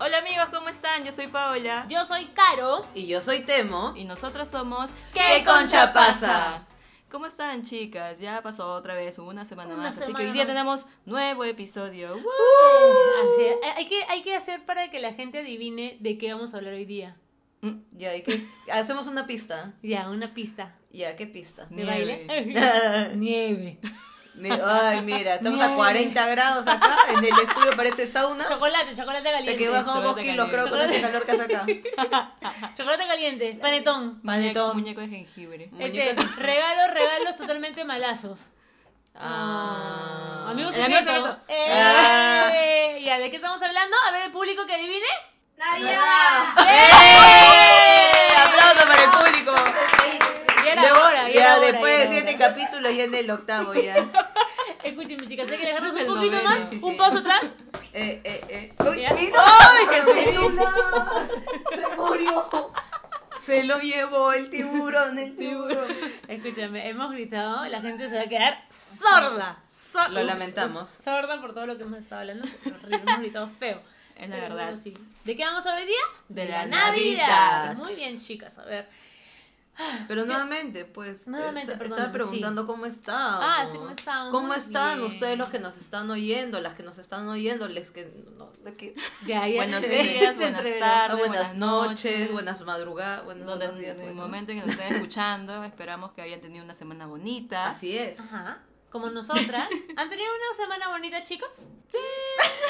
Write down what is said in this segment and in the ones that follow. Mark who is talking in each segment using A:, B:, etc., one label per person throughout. A: Hola amigos, ¿cómo están? Yo soy Paola.
B: Yo soy Caro.
C: Y yo soy Temo.
A: Y nosotros somos
C: ¿Qué concha
B: Ah.
C: pasa?
A: ¿Cómo están chicas? Ya pasó otra vez una semana
B: Una
A: más, así
B: semana
A: que hoy día
B: más. Uh,
A: tenemos nuevo episodio. ¡Woo!
B: Así es. Eh, Hay- Hay que, hay que hacer para que la gente adivine de qué vamos a hablar hoy día.
C: Ya, ¿y qué? Hacemos una pista.
B: Ya, una pista.
C: Ya, ¿qué pista?
B: ¿De
A: Nieve.
B: baile?
C: Ni-
B: Nieve.
C: Ay, mira, estamos
B: Ni-
C: a 40 grados acá. En el estudio parece sauna.
B: Chocolate, chocolate
C: Te
B: caliente.
C: que bajó
A: Chocolate
C: 2 kilos, creo, con
B: caliente.
C: este calor que hace acá.
B: Chocolate caliente, panetón.
A: Muñeco,
C: Panetón.
A: muñeco de jengibre.
B: Este,
C: Muñeco-
B: regalos, regalos totalmente malazos.
C: Ah.
B: Amigos
A: El amigo
B: secreto.
A: secreto.
B: Eh,
C: Ah.
B: Ya, ¿de qué estamos hablando? A ver, el público que adivine.
C: ¡Eh! ¡Aplauso para el público!
B: Ya era
C: Luego-
B: hora, ya,
C: ya,
B: era hora,
C: después
B: ya
C: de
B: era
C: siete
B: hora.
C: capítulos, ya en el octavo ya.
B: Escúchenme, chicas, hay que dejarnos
A: Este
B: un
A: es el
B: poquito
A: noveno.
B: más,
C: Sí, sí,
B: un
C: sí.
B: paso atrás.
C: Eh, eh, eh. ¡Uy,
B: Ya.
C: mira!
B: ¡Ay, Jesús!
C: ¡Celular! ¡Se murió! Se lo llevó el tiburón, el tiburón.
B: Escúchame, hemos gritado, la gente se va a quedar sorda. Sor-
C: Lo
B: ups,
C: lamentamos.
B: ups, sorda por todo lo que hemos estado hablando. es horrible, hemos gritado feo.
A: Es la
B: Pero
A: verdad.
B: bueno, sí. ¿De qué vamos hoy día?
A: De la Navidad.
B: Muy bien, chicas, a ver.
C: Pero nuevamente, pues,
B: Nuevamente,
C: eh, ta-
B: perdóname,
C: estaba preguntando
B: sí.
C: cómo están.
B: Ah, sí, ¿cómo estamos?
C: ¿Cómo
B: Muy
C: están
B: bien.
C: ustedes los que nos están oyendo, las que nos están oyendo, les que... no, de que-
B: Ya, ya.
A: Buenos
B: se-
A: días,
B: se
A: buenas
B: entreveró.
A: tardes.
C: Ah, buenas
A: buenas noches.
C: noches, buenas madrugadas, buenos,
A: Donde
C: buenos días.
A: en el
B: pues,
C: buenas-
A: momento en que nos estén escuchando, esperamos que hayan tenido una semana
B: Ah,
A: bonita.
C: Así es.
B: Ajá. Como nosotras. ¿Han tenido una semana bonita, chicos?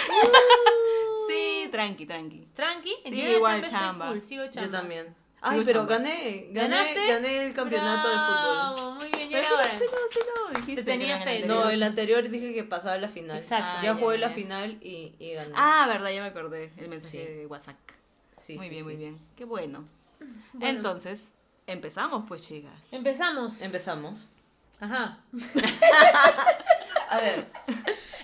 B: Uh.
A: Sí, tranqui, tranqui.
B: Tranqui.
A: Sí,
B: Yo ya
A: igual
B: siempre estoy
A: chamba.
B: full, sigo chamba.
C: Yo también. Ay,
A: Sigo
C: pero
A: chamba.
C: gané, gané,
B: ¿Ganaste?
C: gané el campeonato de fútbol.
B: Bravo, Muy bien, ya
A: sí,
B: era hora.
A: sí, no, sí, no, dijiste.
B: Te tenía
A: que eran
B: fe.
A: anteriores.
C: No, el anterior dije que pasaba la final.
B: Exacto.
A: Ah,
C: ya
A: ya,
C: jugué la
A: ya.
C: final y, y gané.
A: Ah, verdad, ya me acordé. El mensaje
C: Sí.
A: de WhatsApp.
C: Sí,
A: muy
C: sí,
A: bien,
C: sí.
A: muy bien. Qué bueno.
B: Bueno.
A: Entonces, empezamos pues, chicas.
B: Empezamos.
A: Em-
C: Empezamos.
B: Ajá.
C: A ver,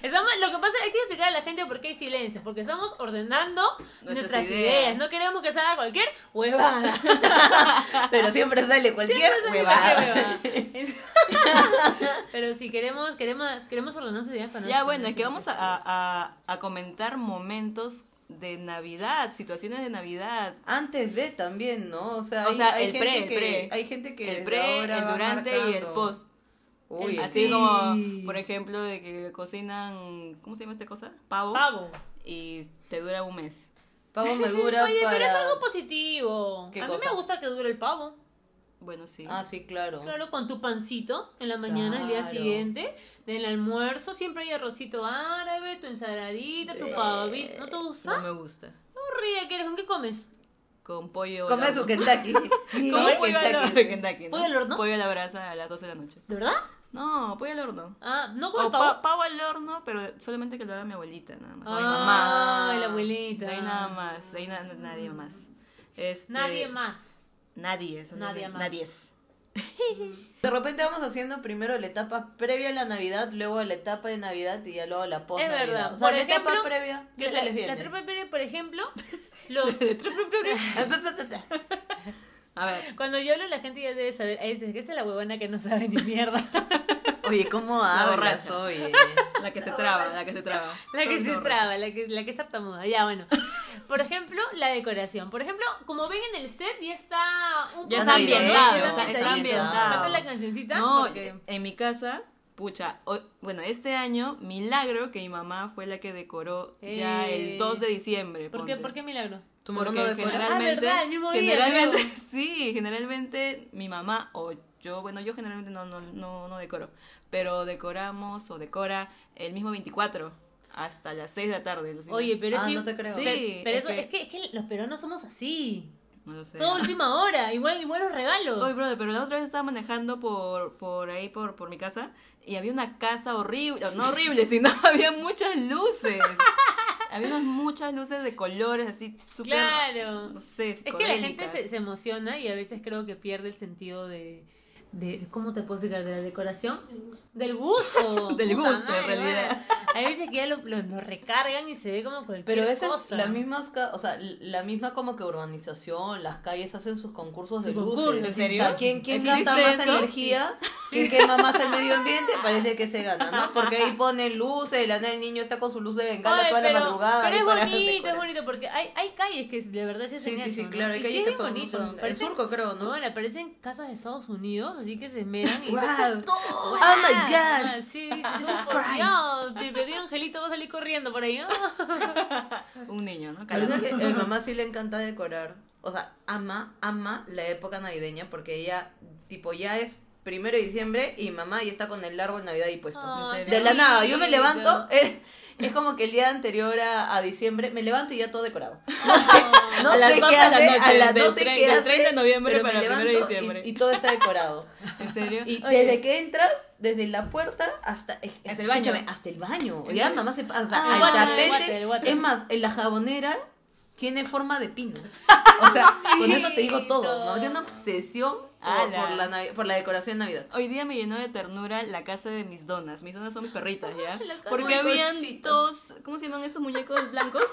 B: Estamos, lo que pasa es que hay que explicar a la gente por qué hay silencio, porque estamos ordenando nuestras,
A: Nuestras
B: ideas.
A: ideas.
B: No queremos que salga cualquier huevada.
C: pero siempre sale cualquier huevada.
B: Cualquier huevada. Pero sí, queremos, queremos, queremos ordenar nuestras ideas para
A: Ya,
B: no-
A: bueno,
B: para
A: es que
B: no-
A: vamos a, a- a- a comentar momentos de Navidad, situaciones de Navidad.
C: Antes de también, ¿no? O sea,
A: O
C: hay,
A: sea,
C: hay
A: el
C: gente
A: pre, el
C: que,
A: pre.
C: Hay gente que
A: el
C: desde
A: pre,
C: ahora
A: el
C: va
A: durante y el
C: marcando.
A: post.
C: Uy,
B: El-
A: Así
B: Sí.
A: como, por ejemplo, de que cocinan, ¿cómo se llama esta cosa? Pavo.
B: Pavo.
A: Y te dura un mes.
C: Pavo me dura
B: Oye,
C: para...
B: pero es algo positivo.
C: ¿Qué
B: a mí
C: cosa?
B: me gusta que dure el pavo.
A: Bueno, sí.
C: Ah, sí, claro.
B: Claro, con tu pancito en la mañana, el día
C: Claro.
B: siguiente, del almuerzo, siempre hay arrocito árabe, tu ensaladita, tu pavito. ¿No te gusta?
A: No me gusta.
B: Horrible, ¿qué eres? ¿Con qué comes?
A: Con pollo.
C: Come
A: al
C: su
A: horno.
C: Kentucky.
A: Con
C: Come
A: pollo al horno.
C: Kentucky.
A: Kentucky, ¿no?
B: ¿Pollo al horno?
A: Pollo a la brasa a las 12 de la noche.
B: ¿De verdad?
A: No, pollo al horno.
B: Ah, no con
A: O
B: el
A: pa-
B: pavo.
A: pavo al horno, pero solamente que lo haga mi abuelita, nada más. O mi mamá.
B: Ah, la abuelita.
A: No hay nada más, no hay na- nadie más. Este,
B: Nadie más.
A: Nadie, solamente-
B: Nadie más.
A: Nadie es.
C: De repente vamos haciendo primero la etapa previa a la Navidad, luego la etapa de Navidad y ya luego la post Navidad.
B: Es verdad.
C: O sea,
B: Por
C: la
B: ejemplo,
C: etapa previa, ¿qué
B: la,
C: se les viene?
B: la tropa de Pérez, por ejemplo, los-
C: Ah, pa, pa, pa, pa.
A: A ver,
B: cuando yo hablo, la gente ya debe saber. "Ay, Es que esa es la huevona que no sabe ni mierda.
C: Oye, ¿cómo
A: La
C: hablas?
A: borracha.
C: Oye.
A: la que se traba, la que se traba.
B: La que
A: Torno
B: se
A: rojo.
B: traba, la que, la que está tartamuda. Ya, bueno. Por ejemplo, la decoración. Por ejemplo, como ven en el set, ya está un
A: Ya
B: poco
A: está
C: Navideño,
A: ambientado,
C: ya
A: está,
C: está
A: está
C: ambientado.
B: Falta la
A: ambientado.
B: cancioncita.
A: No,
B: porque-
A: en mi casa, pucha, o- bueno, este año, milagro que mi mamá fue la que decoró ya
B: Eh.
A: el 2 de diciembre.
B: ¿Por qué,
A: ponte.
B: ¿Por qué milagro?
C: ¿Tu mamá no
A: Porque
C: decora?
B: Ah,
A: generalmente,
B: ¿verdad? El mismo día,
A: generalmente
B: creo.
A: sí, generalmente mi mamá o yo, bueno, yo generalmente no, no, no, no decoro, pero decoramos o decora el mismo 24 hasta las 6 de la tarde. alucina.
B: Oye, pero
C: Ah,
B: sí.
C: no te creo.
A: Sí.
B: Pe- pero
A: es
B: eso,
A: que-
B: es, que, es que los peruanos somos así.
A: no lo sé.
B: Todo última hora. Igual, igual los regalos.
A: Oye, brother, pero la otra vez estaba manejando por, por ahí, por, por mi casa, y había una casa horrible, no horrible, sino había muchas luces. había unas muchas luces de colores así súper,
B: Claro.
A: no sé,
B: Es que la gente
A: psicodélicas.
B: se, se emociona y a veces creo que pierde el sentido de, de- ¿Cómo te puedo explicar? De la decoración. Del gusto.
A: Del
B: Puta
A: gusto, en
B: madre,
A: realidad.
B: bueno. Hay veces que ya lo, lo- lo recargan y se ve como cualquier
C: Pero esa es
B: cosa.
C: la misma, osca- o sea, la misma como que urbanización, las calles hacen sus concursos de
B: Sus
C: luces.
B: concursos,
A: ¿en serio?
C: O sea, ¿quién, quién
A: ¿Existe
C: gasta más
A: eso?
C: energía? ¿Quién quema más el medio ambiente? Parece que se gana, ¿no? Porque ahí ponen luces, de la nada el niño está con su luz de bengala
B: Ay,
C: toda la madrugada.
B: pero
C: ahí
B: es
C: para
B: bonito,
C: decorar.
B: es bonito, porque hay, hay calles que de verdad se hacen
C: Sí, sí,
B: eso,
C: sí,
B: ¿no?
C: claro.
B: Y
C: Hay
B: sí
C: calles
B: es
C: que son,
B: bonito.
C: son- el
B: Parecen-
C: surco, creo,
B: No,
C: ¿no?
B: le parecen casas de Estados Unidos, así que se meran y...
C: Wow.
B: ¡Todo!
C: Oh my God.
B: Sí, sí, no, por Dios, te pedí angelito, vas a salir corriendo por ahí, ¿no?
A: Un niño, ¿no?
C: Hay una
A: Calando.
C: que a mi mamá sí le encanta decorar. O sea, ama, ama la época navideña porque ella, tipo, ya es primero de diciembre y mamá ya está con el árbol de Navidad ahí puesto.
B: Ay,
C: De la
B: qué
C: nada, yo me
B: bonito.
C: levanto, es, es como que el día anterior a, a diciembre, me levanto y ya todo decorado.
B: No,
C: No
A: a
C: sé
A: las
C: qué
A: dos de la
C: hace,
A: noche,
C: a las
A: del
C: no sé
A: tre-
C: qué
A: del
C: hace,
A: 30 de noviembre
C: pero
A: para
C: me
A: el primero de
C: levanto y-
A: diciembre.
C: Y, todo está decorado.
A: ¿En serio?
C: Y
A: Oye,
C: desde que entras, desde la puerta hasta, es-
A: Hasta el baño.
C: escúchame, hasta el baño. Ya mamá se pasa
B: Ah,
C: al
B: el water, el
C: tapete.
B: water, el water.
C: Es más, en la jabonera tiene forma de pino. O sea, con eso te digo todo, ¿no? Tiene una obsesión por,
A: Ala.
C: por la, navi- por la decoración de Navidad.
A: Hoy día me llenó de ternura la casa de mis donas. Mis donas son mis perritas, ¿ya?
B: La casa
A: Porque
C: de
A: habían
C: cositas.
A: dos, ¿cómo se llaman estos muñecos blancos?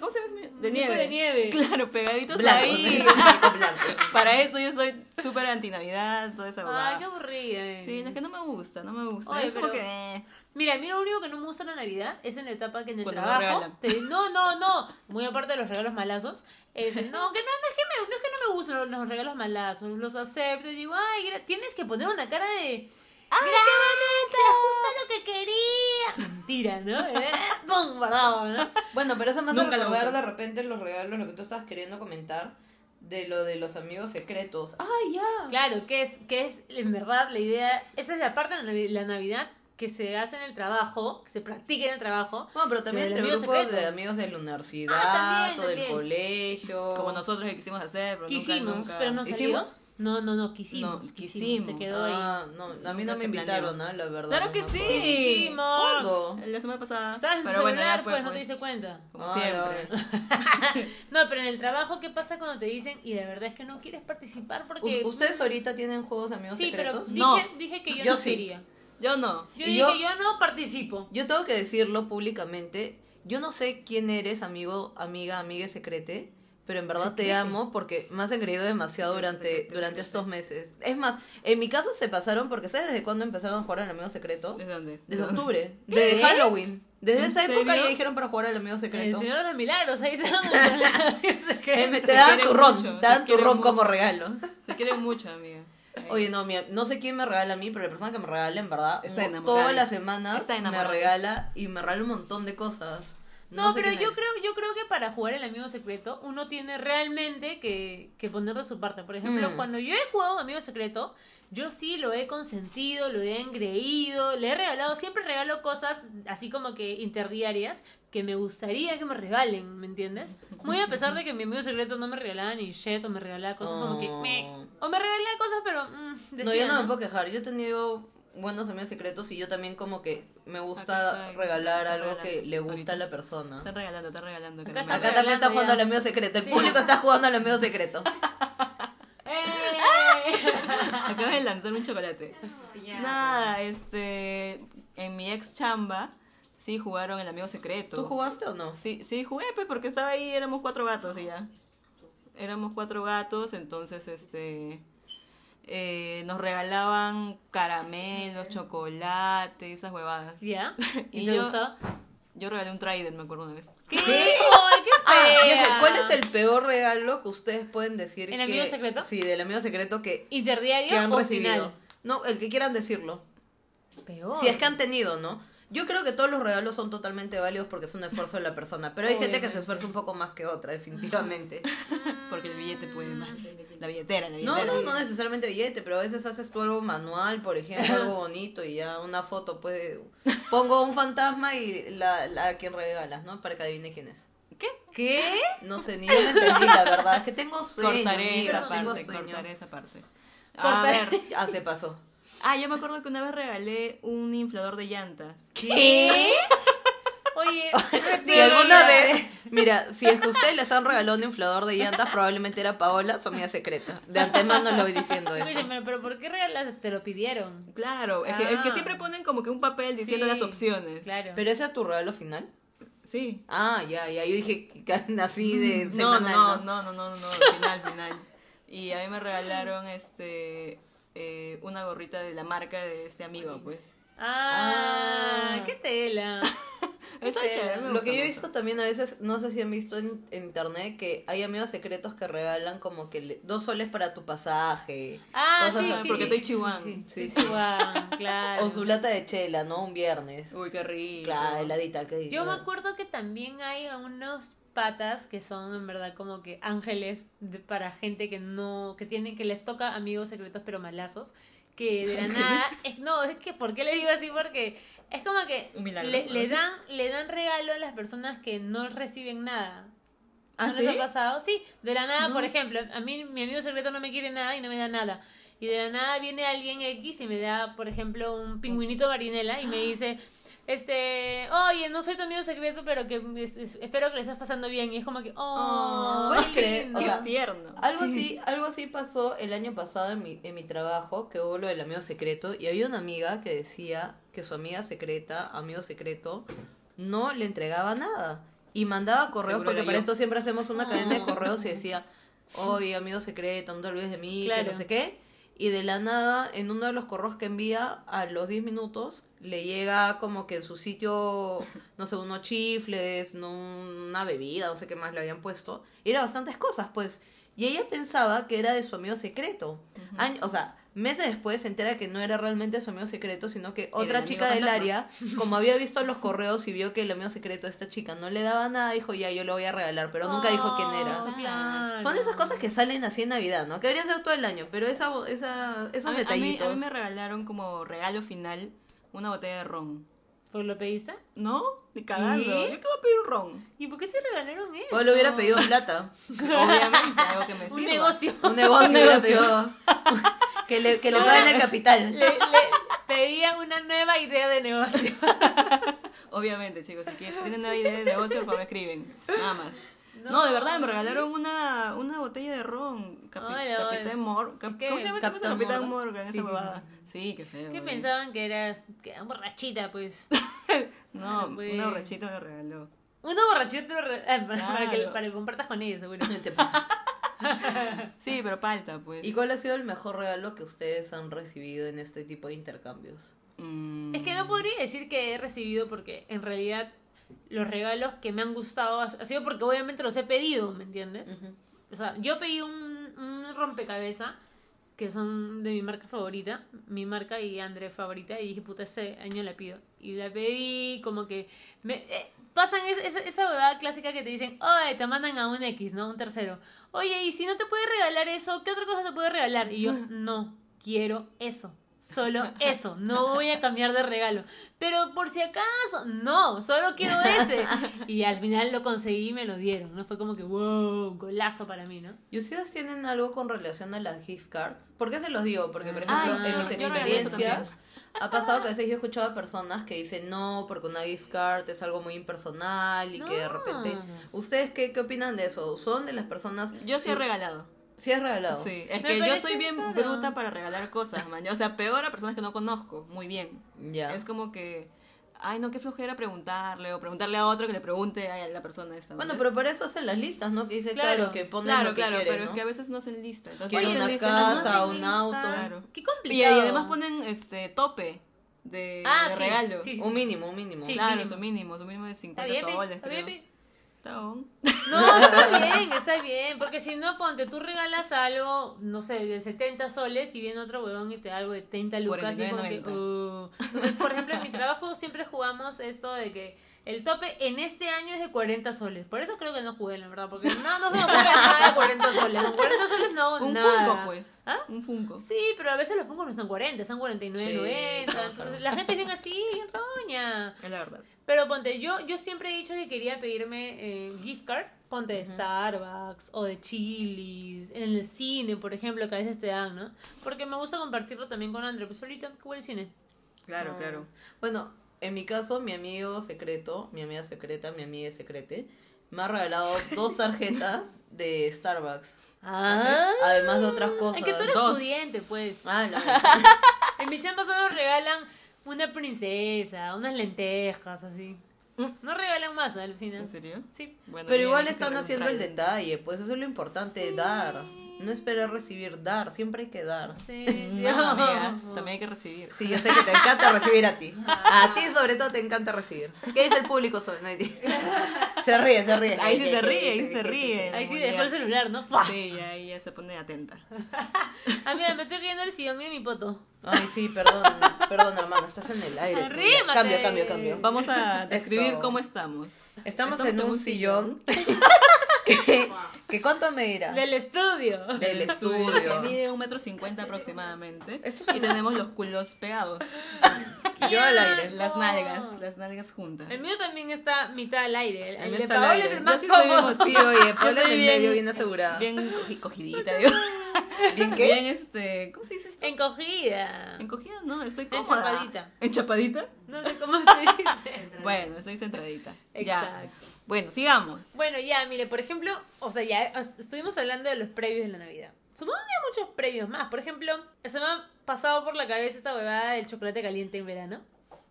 A: ¿Cómo se llaman? De nieve.
B: de nieve.
A: Claro, pegaditos
C: Blanco,
A: ahí.
C: blanco.
A: Para eso yo soy súper antinavidad, toda esa
B: Ay,
A: bobada.
B: qué aburrida. eh.
A: Sí, es que no me gusta, no me gusta.
B: Oye,
A: es como
B: pero-
A: que... eh,
B: Mira, a mí lo único que no me gusta en la Navidad es en la etapa que en el
A: Cuando
B: trabajo.
A: regalan.
B: te- no, no, no. Muy aparte de los regalos malazos. es- no, que no, no es que me, no es que no me gustan los, los regalos malazos. Los acepto y digo, ay, gra- tienes que poner una cara de.
A: ¡Ah,
B: ¡Gracias! ¡Justo lo que quería! Mentira, ¿no? Eh, ¡Pum! Guardado, ¿no?
C: Bueno, pero eso me hace
A: Nunca lo
C: recordar
A: usas.
C: de repente los regalos, lo que tú estabas queriendo comentar, de lo de los amigos secretos. ¡Ay, ya!
B: Claro, que es, que es en verdad la idea. Esa es la parte de la Navi- la Navidad que se hace en el trabajo, que se practica en el trabajo.
C: Bueno, pero también
B: Lo del
C: entre
B: amigo
C: grupos
B: secreto.
C: de amigos de la universidad
B: Ah, también,
C: o del
B: también.
C: colegio. Ah,
A: Como nosotros que quisimos hacer, pero nunca,
B: Oh. Quisimos,
A: nunca-
B: pero no
C: ¿Hicimos?
B: salió. No, no, no, quisimos.
A: No,
B: quisimos. Se
A: quisimos.
B: quedó ahí.
C: Ah, no, a
A: Nunca
C: mí no
A: se
C: me invitaron, ¿ah? la verdad.
A: ¡Claro
C: no
A: que
C: me acuerdo.
A: sí!
B: Quisimos.
C: ¿Cuándo?
A: La semana pasada.
B: Estabas en tu
A: Pero bueno,
B: celular,
A: ya fue,
B: pues, no te
A: pues,
B: diste cuenta.
A: Como
C: Ah,
A: siempre.
C: no.
B: No, pero en el trabajo, ¿qué pasa cuando te dicen y de verdad es que no quieres participar porque...
C: U- ¿Ustedes ahorita tienen juegos de amigos
B: sí, pero
C: secretos?
B: dije,
A: No.
B: dije que yo,
C: Yo
B: no
C: sí.
B: quería.
A: Yo no.
B: Yo
C: Y
B: dije,
C: yo-
B: yo... no participo.
C: Yo tengo que decirlo públicamente. Yo no sé quién eres, amigo, amiga, amiga secrete, pero en verdad te amo porque me has engreído demasiado durante,
A: Secrete,
C: durante
A: secrete.
C: estos meses. Es más, en mi caso se pasaron porque ¿sabes desde cuándo empezaron a jugar al amigo secreto?
A: ¿Desde dónde?
C: Desde
A: ¿De dónde?
C: octubre, desde Halloween. Desde
A: Eh, ¿En
C: esa época
A: serio?
C: ya dijeron para jugar al amigo
B: El
C: secreto.
B: Señor de los Milagros, ahí se
C: Eh,
A: Se
C: te dan
A: quieren
C: turrón,
A: mucho,
C: te dan
A: se quieren
C: turrón
A: mucho.
C: como regalo.
A: Se quieren mucho, amiga. Ahí.
C: Oye, no, mi- no sé quién me regala a mí, pero la persona que me regala, en verdad,
A: Está
C: mo-
A: enamorada.
C: todas las semanas
A: Está
C: me
A: enamorada.
C: regala y me regala un montón de cosas.
B: No,
C: sé
B: pero
C: quién
B: yo
C: es.
B: creo, yo creo que para jugar el amigo secreto uno tiene realmente que, que poner de su parte. Por ejemplo,
C: Mm.
B: cuando yo he jugado amigo secreto, yo sí lo he consentido, lo he engreído, le he regalado, siempre regalo cosas así como que interdiarias que me gustaría que me regalen, ¿me entiendes? Muy a pesar de que mi amigo secreto no me regalaba ni shit o me regalaba cosas como que...
C: Oh.
B: meh. O me regalaba cosas, pero... mm,
C: No,
B: decía,
C: yo no me
B: ¿no?
C: puedo quejar. Yo he tenido buenos amigos secretos y yo también como que me
A: Acá
C: gusta
A: está,
C: regalar
A: está
C: algo que
A: regalando
C: le gusta
A: ahorita.
C: a la persona.
A: Están regalando, están regalando. que
B: Acá
A: no me
B: está
A: hagas.
C: Acá también está
B: regalando
C: jugando
B: ya.
C: al amigo secreto. El
B: Sí.
C: público está jugando al amigo secreto.
B: ¡Eh!
A: Acabas de lanzar un chocolate. Nada, este. En mi ex chamba, sí jugaron el amigo secreto.
C: ¿Tú jugaste o no?
A: Sí, sí jugué, pues, porque estaba ahí, éramos cuatro gatos y ya. Éramos cuatro gatos, entonces, este. eh, nos regalaban caramelos, chocolate, esas huevadas.
B: ¿Ya?
A: Y
B: ¿Y te
A: yo-
B: gustó?
A: Yo regalé un Trident, me acuerdo una vez.
B: ¿Qué? ¡Ay, qué
C: Ah,
B: fea!
C: ya sé, ¿cuál es el peor regalo que ustedes pueden decir?
B: ¿El
C: que-
B: amigo secreto?
C: Sí, del amigo secreto que, que
B: ¿Interdiario
C: han
B: o
C: recibido.
B: final?
C: No, el que quieran decirlo.
B: Peor.
C: Si es que han tenido, ¿no? Yo creo que todos los regalos son totalmente válidos porque es un esfuerzo de la persona, pero hay gente que
B: Obviamente.
C: se esfuerza un poco más que otra, definitivamente.
A: Porque el billete puede más.
B: Mm.
A: La billetera, la
C: Ah. No,
A: billetera.
C: no, no necesariamente billete, pero a veces haces tu algo manual, por ejemplo, algo bonito y ya una foto, pues pongo un fantasma y la, la a quien regalas, ¿no? Para que adivine quién es.
B: ¿Qué?
C: No sé, ni yo me entendí, la verdad, es que tengo sueño,
A: Cortaré
C: amiga,
A: esa
C: tengo
A: parte,
C: sueño.
A: cortaré esa parte. A
B: Cortaré.
A: ver.
C: Ah, se pasó.
A: Ah, yo me acuerdo que una vez regalé un inflador de llantas.
B: ¿Qué? Oye, nadie.
C: Si
B: retira.
C: alguna vez, mira, si es que ustedes les han regalado un inflador de llantas, probablemente era Paola, su amiga secreta. De antemano lo voy diciendo eso.
B: Escúchame, pero ¿por qué regalas? Te lo pidieron.
A: Claro, es, que, es que
B: Ah.
A: siempre ponen como que un papel diciendo
B: Sí,
A: las opciones.
B: Claro.
C: Pues, Pero ese es tu regalo final.
A: Sí.
C: Ah, ya, ya. Yo dije que así de
A: No,
C: semanal.
A: no, no,
C: ¿no?
A: no, no, no, no, final, final. Y a mí me regalaron este eh, una gorrita de la marca de este amigo, pues.
B: Ah,
C: Ah.
B: qué tela.
A: Está
B: Pero
A: chévere, me
C: Este, Lo
A: gusta
C: que yo he
A: mucho.
C: visto también a veces, no sé si han visto en, en internet, que hay amigos secretos que regalan como que le- dos soles para tu pasaje.
B: Ah,
C: Cosas
B: sí,
C: así.
B: sí.
A: Porque estoy chihuán.
B: Sí, sí,
C: Sí, sí.
B: chihuán, claro.
C: O su lata de chela, ¿no? Un viernes.
A: Uy, qué rico.
C: Claro, heladita. Que,
B: Yo me acuerdo que también hay unos patas que son en verdad como que ángeles de- para gente que no que tienen que les toca amigos secretos pero malazos que de la nada es, no es que por qué le digo así porque es como que
A: Un milagro,
B: le,
A: algo
B: le
A: así.
B: dan le dan regalo a las personas que no reciben nada ¿No
A: ¿Ah,
B: les
A: sí?
B: ha pasado? Sí, de la nada,
A: No.
B: por ejemplo, a mí mi amigo secreto no me quiere nada y no me da nada. Y de la nada viene alguien X y me da, por ejemplo, un pingüinito marinela y me dice, este, oye, no soy tu amigo secreto, pero que es- es- espero que le estás pasando bien. Y es como que,
A: Oh,
B: oh, qué
C: ¿puedes creer?
B: lindo".
A: Qué
C: O sea,
A: tierno.
C: Algo así, algo así pasó el año pasado en mi, en mi trabajo, que hubo lo del amigo secreto, y había una amiga que decía que su amiga secreta, amigo secreto, no le entregaba nada. Y mandaba correos,
A: Seguro
C: porque
A: era
C: para
A: yo.
C: esto siempre hacemos una cadena de
B: Ah.
C: correos y decía, oye, amigo secreto, no te olvides de mí, que
B: Claro.
C: no sé qué. Y de la nada, en uno de los correos que envía, a los 10 minutos, le llega como que en su sitio, no sé, unos chifles, no, una bebida, no sé qué más le habían puesto. Y era bastantes cosas, pues. Y ella pensaba que era de su amigo secreto.
A: Ujú.
C: Año- o sea, meses después se entera que no era realmente su amigo secreto, sino que
A: el
C: otra
A: amigo
C: chica del
A: fantasma.
C: área, como había visto los correos y vio que el amigo secreto de esta chica no le daba nada, dijo, ya, yo lo voy a regalar, pero nunca dijo quién era.
B: Oh,
A: Ah,
B: claro.
C: Son esas cosas que salen así en Navidad, ¿no? Que debería ser todo el año, pero esa, esa, esos
A: a, mí- a mí,
C: detallitos.
A: a mí me regalaron como regalo final una botella de ron.
B: ¿Por lo pediste?
A: ¿No? Ni cagando.
B: ¿Sí?
A: Yo qué voy a pedir un ron.
B: ¿Y por qué te regalaron eso?
C: Paul hubiera pedido plata,
A: Obviamente, algo que me
B: un
A: sirva.
B: negocio.
C: un negocio,
A: Un
C: hubiera
A: negocio.
C: pedido- que le, que le paguen el
B: Le,
C: capital.
B: le pedía una nueva idea de negocio.
A: Obviamente, chicos, si quieren- si tienen una idea de negocio, por favor, me escriben. Nada más.
B: No.
A: No, de verdad, me regalaron una, una botella de ron. Capi-
B: Ay, la
A: Capitán Mor... Cap-
B: ¿Qué?
A: ¿Cómo se llama esa cosa?
C: ¿Capitán
A: Capitán
C: Morgan?
A: Morgan, esa huevada. Sí, qué feo. eh.
B: ¿Qué
A: güey.
B: pensaban que era, que era borrachita, pues?
A: No,
B: Güey.
A: una borrachita me regaló.
B: Una borrachita te lo re- eh, para, para que,
A: Claro.
B: para que compartas con ella, seguro.
C: Te pasas.
A: Sí, pero palta, pues.
C: ¿Y cuál ha sido el mejor regalo que ustedes han recibido en este tipo de intercambios?
A: Mm.
B: Es que no podría decir que he recibido porque en realidad los regalos que me han gustado ha, ha sido porque obviamente los he pedido, ¿me entiendes? O sea, yo pedí un, un rompecabezas que son de mi marca favorita, mi marca y André favorita, y dije, puta, este año la pido. Y la pedí, como que... Me, eh, pasan es- esa, esa huevada clásica que te dicen, oye, te mandan a un X, ¿no? Un tercero. Oye, y si no te puede regalar eso, ¿qué otra cosa te puede regalar? Y yo, no, quiero eso. Solo eso, no voy a cambiar de regalo. Pero por si acaso, no, solo quiero ese. Y al final lo conseguí y me lo dieron, ¿no? Fue como que, wow, golazo para mí, ¿no?
C: ¿Y ustedes tienen algo con relación a las gift cards? ¿Por qué se los digo? Porque, por ejemplo,
B: Ah,
C: en
B: yo-
C: mis
A: yo regalé eso
C: experiencias ha pasado que a veces yo he escuchado a personas que dicen no, porque una gift card es algo muy impersonal y que de
B: No.
C: repente... ¿Ustedes qué, qué opinan de eso? ¿Son de las personas...?
A: Yo sí he regalado.
C: ¿Sí has regalado?
A: Sí, es
B: Me
A: que yo
B: parece
A: soy bien
B: raro.
A: bruta para regalar cosas, man. O sea, peor a personas que no conozco, muy bien.
C: Ya.
A: Es como que, ay, no, qué flojera preguntarle o preguntarle a otro que le pregunte ay, a la persona esta.
C: Bueno,
A: ¿ves?
C: pero para eso hacen las listas, ¿no? Que dice, claro,
B: Claro,
C: que ponen
A: claro,
C: lo que
A: claro,
C: quieren,
A: pero
C: ¿no?
A: es que a veces no se enlistan. Entonces,
C: Quiero
A: no se
C: una
A: enlistan,
C: casa,
A: no se
C: un
A: enlistan.
C: auto.
A: Claro.
B: Qué
A: Y, y
B: complicado.
A: además ponen este tope de,
B: Ah,
A: de
B: sí,
A: regalo.
B: sí, sí.
C: Un mínimo, un mínimo.
B: Sí.
A: Claro,
B: mínimo.
A: su mínimo, su mínimo de
B: Está
A: 50
B: bien, pe,
A: soles.
B: está bien,
A: creo.
B: pe.
A: Está bon.
B: No, está bien, está bien. Porque si no, ponte, tú regalas algo, no sé, de 70 soles y viene otro huevón y te da algo de 30 lucas. Y como que,
A: 49.90.
B: "Oh". Entonces, por ejemplo, en mi trabajo siempre jugamos esto de que el tope en este año es de 40 soles. Por eso creo que no jugué, la verdad. Porque no, no se me ocurre nada de 40 soles. Con 40 soles no,
A: Un
B: nada.
A: Funko, pues.
B: ¿Ah?
A: Un Funko.
B: Sí, pero a veces los fungos no son 40, son 49,
C: Sí,
B: 90.
C: claro.
B: Entonces, la gente es bien así, bien roña.
A: Es la verdad.
B: Pero ponte, yo, yo siempre he dicho que quería pedirme eh, gift card, ponte de Starbucks o de Chili's, en el cine, por ejemplo, que a veces te dan, ¿no? Porque me gusta compartirlo también con André, pues ahorita, ¿qué huele el cine?
A: Claro,
C: Ah.
A: claro.
C: Bueno, en mi caso, mi amigo secreto, mi amiga secreta, mi amiga secrete, me ha regalado dos tarjetas de Starbucks.
B: Ah,
C: Además de otras cosas.
B: es que tú eres
A: Dos.
B: pudiente, pues.
C: Ah, la
B: En mi chamba solo regalan una princesa, unas lentejas, así. No regalan más, alucina.
A: ¿En serio?
B: Sí.
A: Bueno,
C: Pero
A: bien,
C: igual
A: hay que
C: están
A: saber
C: haciendo el
A: entrar.
C: detalle, pues eso es lo importante,
B: Sí.
C: dar. No esperar recibir, dar, siempre hay que dar.
B: Sí, sí.
A: No, amigas, también hay que recibir.
C: Sí, yo sé que te encanta recibir a ti. A ti sobre todo te encanta recibir. ¿Qué dice el público sobre Nighty? Se ríe, se ríe.
A: Ahí sí se ríe, ahí sí se ríe.
B: Ahí sí
A: Muy
B: dejó el
A: bien.
B: celular, ¿no? ¡Fua!
A: Sí, ya, ya se pone atenta.
B: Ah, mira, me estoy cayendo el sillón, mira mi poto.
C: Ay, sí, perdón, perdón hermano, estás en el aire.
B: Arrímate.
C: Cambio, cambio, cambio.
A: Vamos a describir
C: Eso.
A: cómo estamos.
C: Estamos, en un sillón. que, que ¿Cuánto me dirá?
B: Del estudio.
C: Del
A: Que
C: estudio.
A: mide un metro cincuenta aproximadamente.
C: Esto es
A: Y tenemos los culos pegados.
C: Yo al aire.
A: Las nalgas, las nalgas juntas.
B: El mío también está mitad al aire.
C: El
B: El,
C: mío
B: de
C: está al
B: Paola
C: aire.
B: es el
C: Yo
B: más
A: sí estoy
B: cómodo.
A: bien
C: Sí, oye,
A: Yo
C: Paula
A: estoy
C: en el
A: bien-
C: medio bien asegurada.
A: Bien cogi- cogidita, digo.
C: ¿Bien qué?
A: Bien, este, ¿cómo se dice esto?
B: Encogida.
A: Encogida, no, estoy cómoda.
B: Enchapadita.
A: ¿Enchapadita?
B: No sé cómo se dice.
A: Bueno, estoy centradita. Ya.
B: Exacto.
A: Bueno, sigamos.
B: Bueno, ya, mire, por ejemplo, o sea, ya os- estuvimos hablando de los previos de la Navidad. Supongo que hay muchos previos más. Por ejemplo, se me ha pasado por la cabeza esa huevada del chocolate caliente en verano.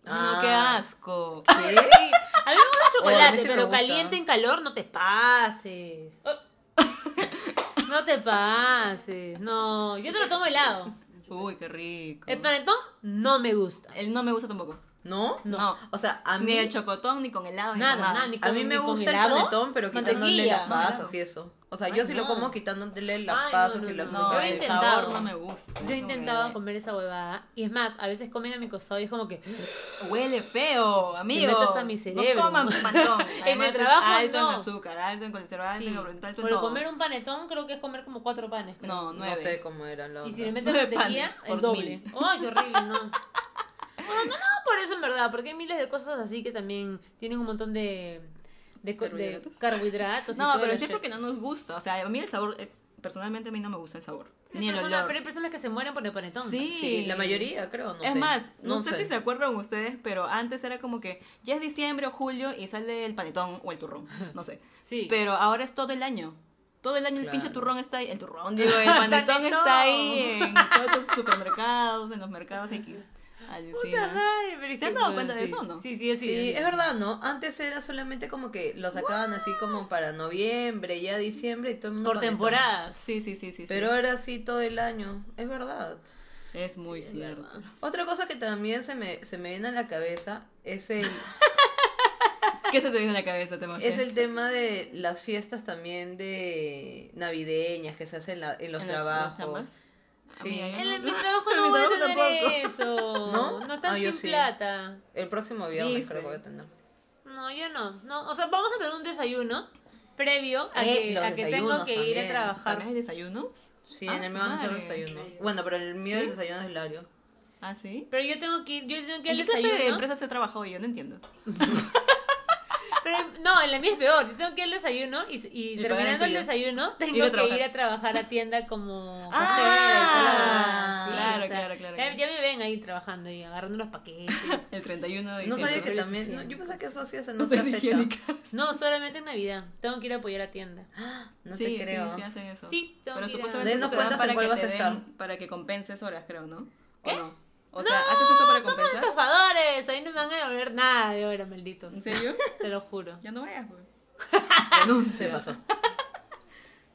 A: No, qué
C: Ah.
A: asco.
C: ¿Qué?
B: Sí. A mí me gusta
C: Oh, a mí
B: chocolate,
C: sí me
B: pero
C: gusta.
B: caliente en calor no te pases. Oh. No te pases. No, yo te lo tomo helado.
A: Uy, qué rico.
B: El panetón no me gusta.
A: Él no me gusta tampoco.
C: ¿No?
B: No.
A: No.
C: O sea, a mí,
A: Ni el chocotón, ni con helado, ni
B: Nada,
A: con nada.
B: nada, ni con
C: a mí me
B: ni con
C: gusta el
B: helado,
C: panetón, pero quitándole
B: mantequilla.
C: las pasas
A: Helado.
C: y eso. O sea,
B: Ay,
C: yo sí lo
B: no.
C: como quitándole las
B: Ay, no,
C: pasas
B: no,
C: y las
B: no.
A: No,
B: Yo he
A: el
C: frutales.
B: intentado.
A: sabor no me gusta.
B: Yo
A: Es como
B: intentaba
A: que
B: comer esa huevada. Y es más, a veces comen a mi costado y es como que.
A: Huele feo, amigo.
B: metes a mi cerebro.
A: No coman panetón.
B: En
A: Además,
B: el
A: es
B: trabajo,
A: alto
B: no.
A: en azúcar, alto en colesterol, alto
B: Sí.
A: en alto en
B: Por
A: todo.
B: comer un panetón creo que es comer como cuatro panes. creo.
A: No,
C: No
A: nueve.
C: sé cómo era la
B: Y
C: otra.
B: si le metes
A: Nueve
B: mantequilla,
A: panes
B: el
A: por
B: doble.
A: mil.
B: Ay, qué horrible, no. Bueno, no, no, por eso en verdad, porque hay miles de cosas así que también tienen un montón de, de, co- de
A: Carbohidratos.
B: carbohidratos.
A: No, pero es porque no nos gusta. O sea, a mí el sabor, eh, personalmente a mí no me gusta el sabor. Ni el olor.
B: Pero hay personas que se mueren por el panetón.
A: Sí.
C: Sí, la mayoría creo, no
A: es
C: sé.
A: más, no, sé, si se acuerdan ustedes, pero antes era como que ya es diciembre o julio y sale el panetón o el turrón, no sé.
B: Sí.
A: Pero ahora es todo el año. Todo el año el
C: Claro.
A: pinche turrón está ahí, el turrón, digo, el panetón está ahí en todos los supermercados, en los mercados X.
B: Puta
A: Alucina.
B: madre, pero
A: ¿Se han
B: sí,
A: dado
B: pues,
A: cuenta de
B: sí.
A: eso o no?
B: Sí, sí, sí.
C: Sí, es verdad, ¿no? Antes era solamente como que lo sacaban así como para noviembre, ya diciembre y todo el mundo
B: Por
C: panetón.
B: temporadas.
A: Sí, sí, sí, sí. sí.
C: Pero era así todo el año, es verdad.
A: es muy
B: Es
A: cierto.
B: verdad.
C: Otra cosa que también se me, se me viene a la cabeza es el,
A: ¿Qué se te viene a la cabeza, Temoche?
C: es el tema de las fiestas también de navideñas que se hacen en, la- en los
A: ¿En los- los
C: trabajos.
A: chambas?
C: sí.
A: Amiga, yo
B: En el-
A: no-
B: mi trabajo
A: en
B: no
A: mi
B: voy a
A: trabajo
B: tener eso.
C: ¿No?
B: No están
C: Ah, yo
B: sin
C: sí.
B: plata.
C: El próximo viernes
A: Dice.
C: creo que voy a tener.
B: No, yo no. No, o sea, vamos a tener un desayuno previo a
C: Eh,
B: que,
C: los
B: a que tengo
C: desayunos
B: que ir a
C: también.
B: trabajar.
A: ¿También hay desayuno?
C: Sí,
A: Ah,
C: en el
A: su
C: mío van a hacer
A: madre.
C: desayuno. Bueno, pero el mío
A: ¿Sí?
C: el desayuno es Hilario.
A: ¿Ah, sí?
B: Pero yo tengo que ir, yo tengo que ir
A: ¿En qué
B: al
A: clase de
B: desayuno.
A: empresas he trabajado yo? No entiendo.
B: Pero no, en la mía es peor. Yo tengo que ir al desayuno y, y
A: Y pagar
B: terminando el
A: el tuyo.
B: desayuno tengo
A: Ir a
B: que
A: trabajar.
B: ir a trabajar a tienda como
A: Ah,
B: cajera y todo.
A: claro,
B: o sea,
A: claro, claro,
B: Ya,
A: claro.
B: ya me ven ahí trabajando y agarrando los paquetes.
A: El 31 de
C: No
A: diciembre.
C: sabía que
B: pero es
C: también. no,
B: higiénico.
C: yo pensaba que eso hacías en
A: No
C: otra
A: soy
C: fecha.
A: higiénica.
B: No, solamente en Navidad. Tengo que ir a apoyar a tienda.
C: No
A: sí,
C: te creo.
A: Sí, sí hacen eso.
B: Sí,
A: Pero
B: tengo que ir a-
A: supuestamente
C: Denos
A: eso te dan
C: cuentas
A: para
C: en cuál
A: que
C: vas
A: te
C: a estar.
A: den- para que compenses horas, creo, ¿no? ¿O no? O sea, ¿haces eso para
B: Somos
A: compensar?
B: estafadores, ahí no me van a devolver nada de hora, malditos.
A: ¿En serio?
B: Te lo juro.
A: Ya no vayas, pues. güey.
C: Se
A: Renuncia.
C: pasó.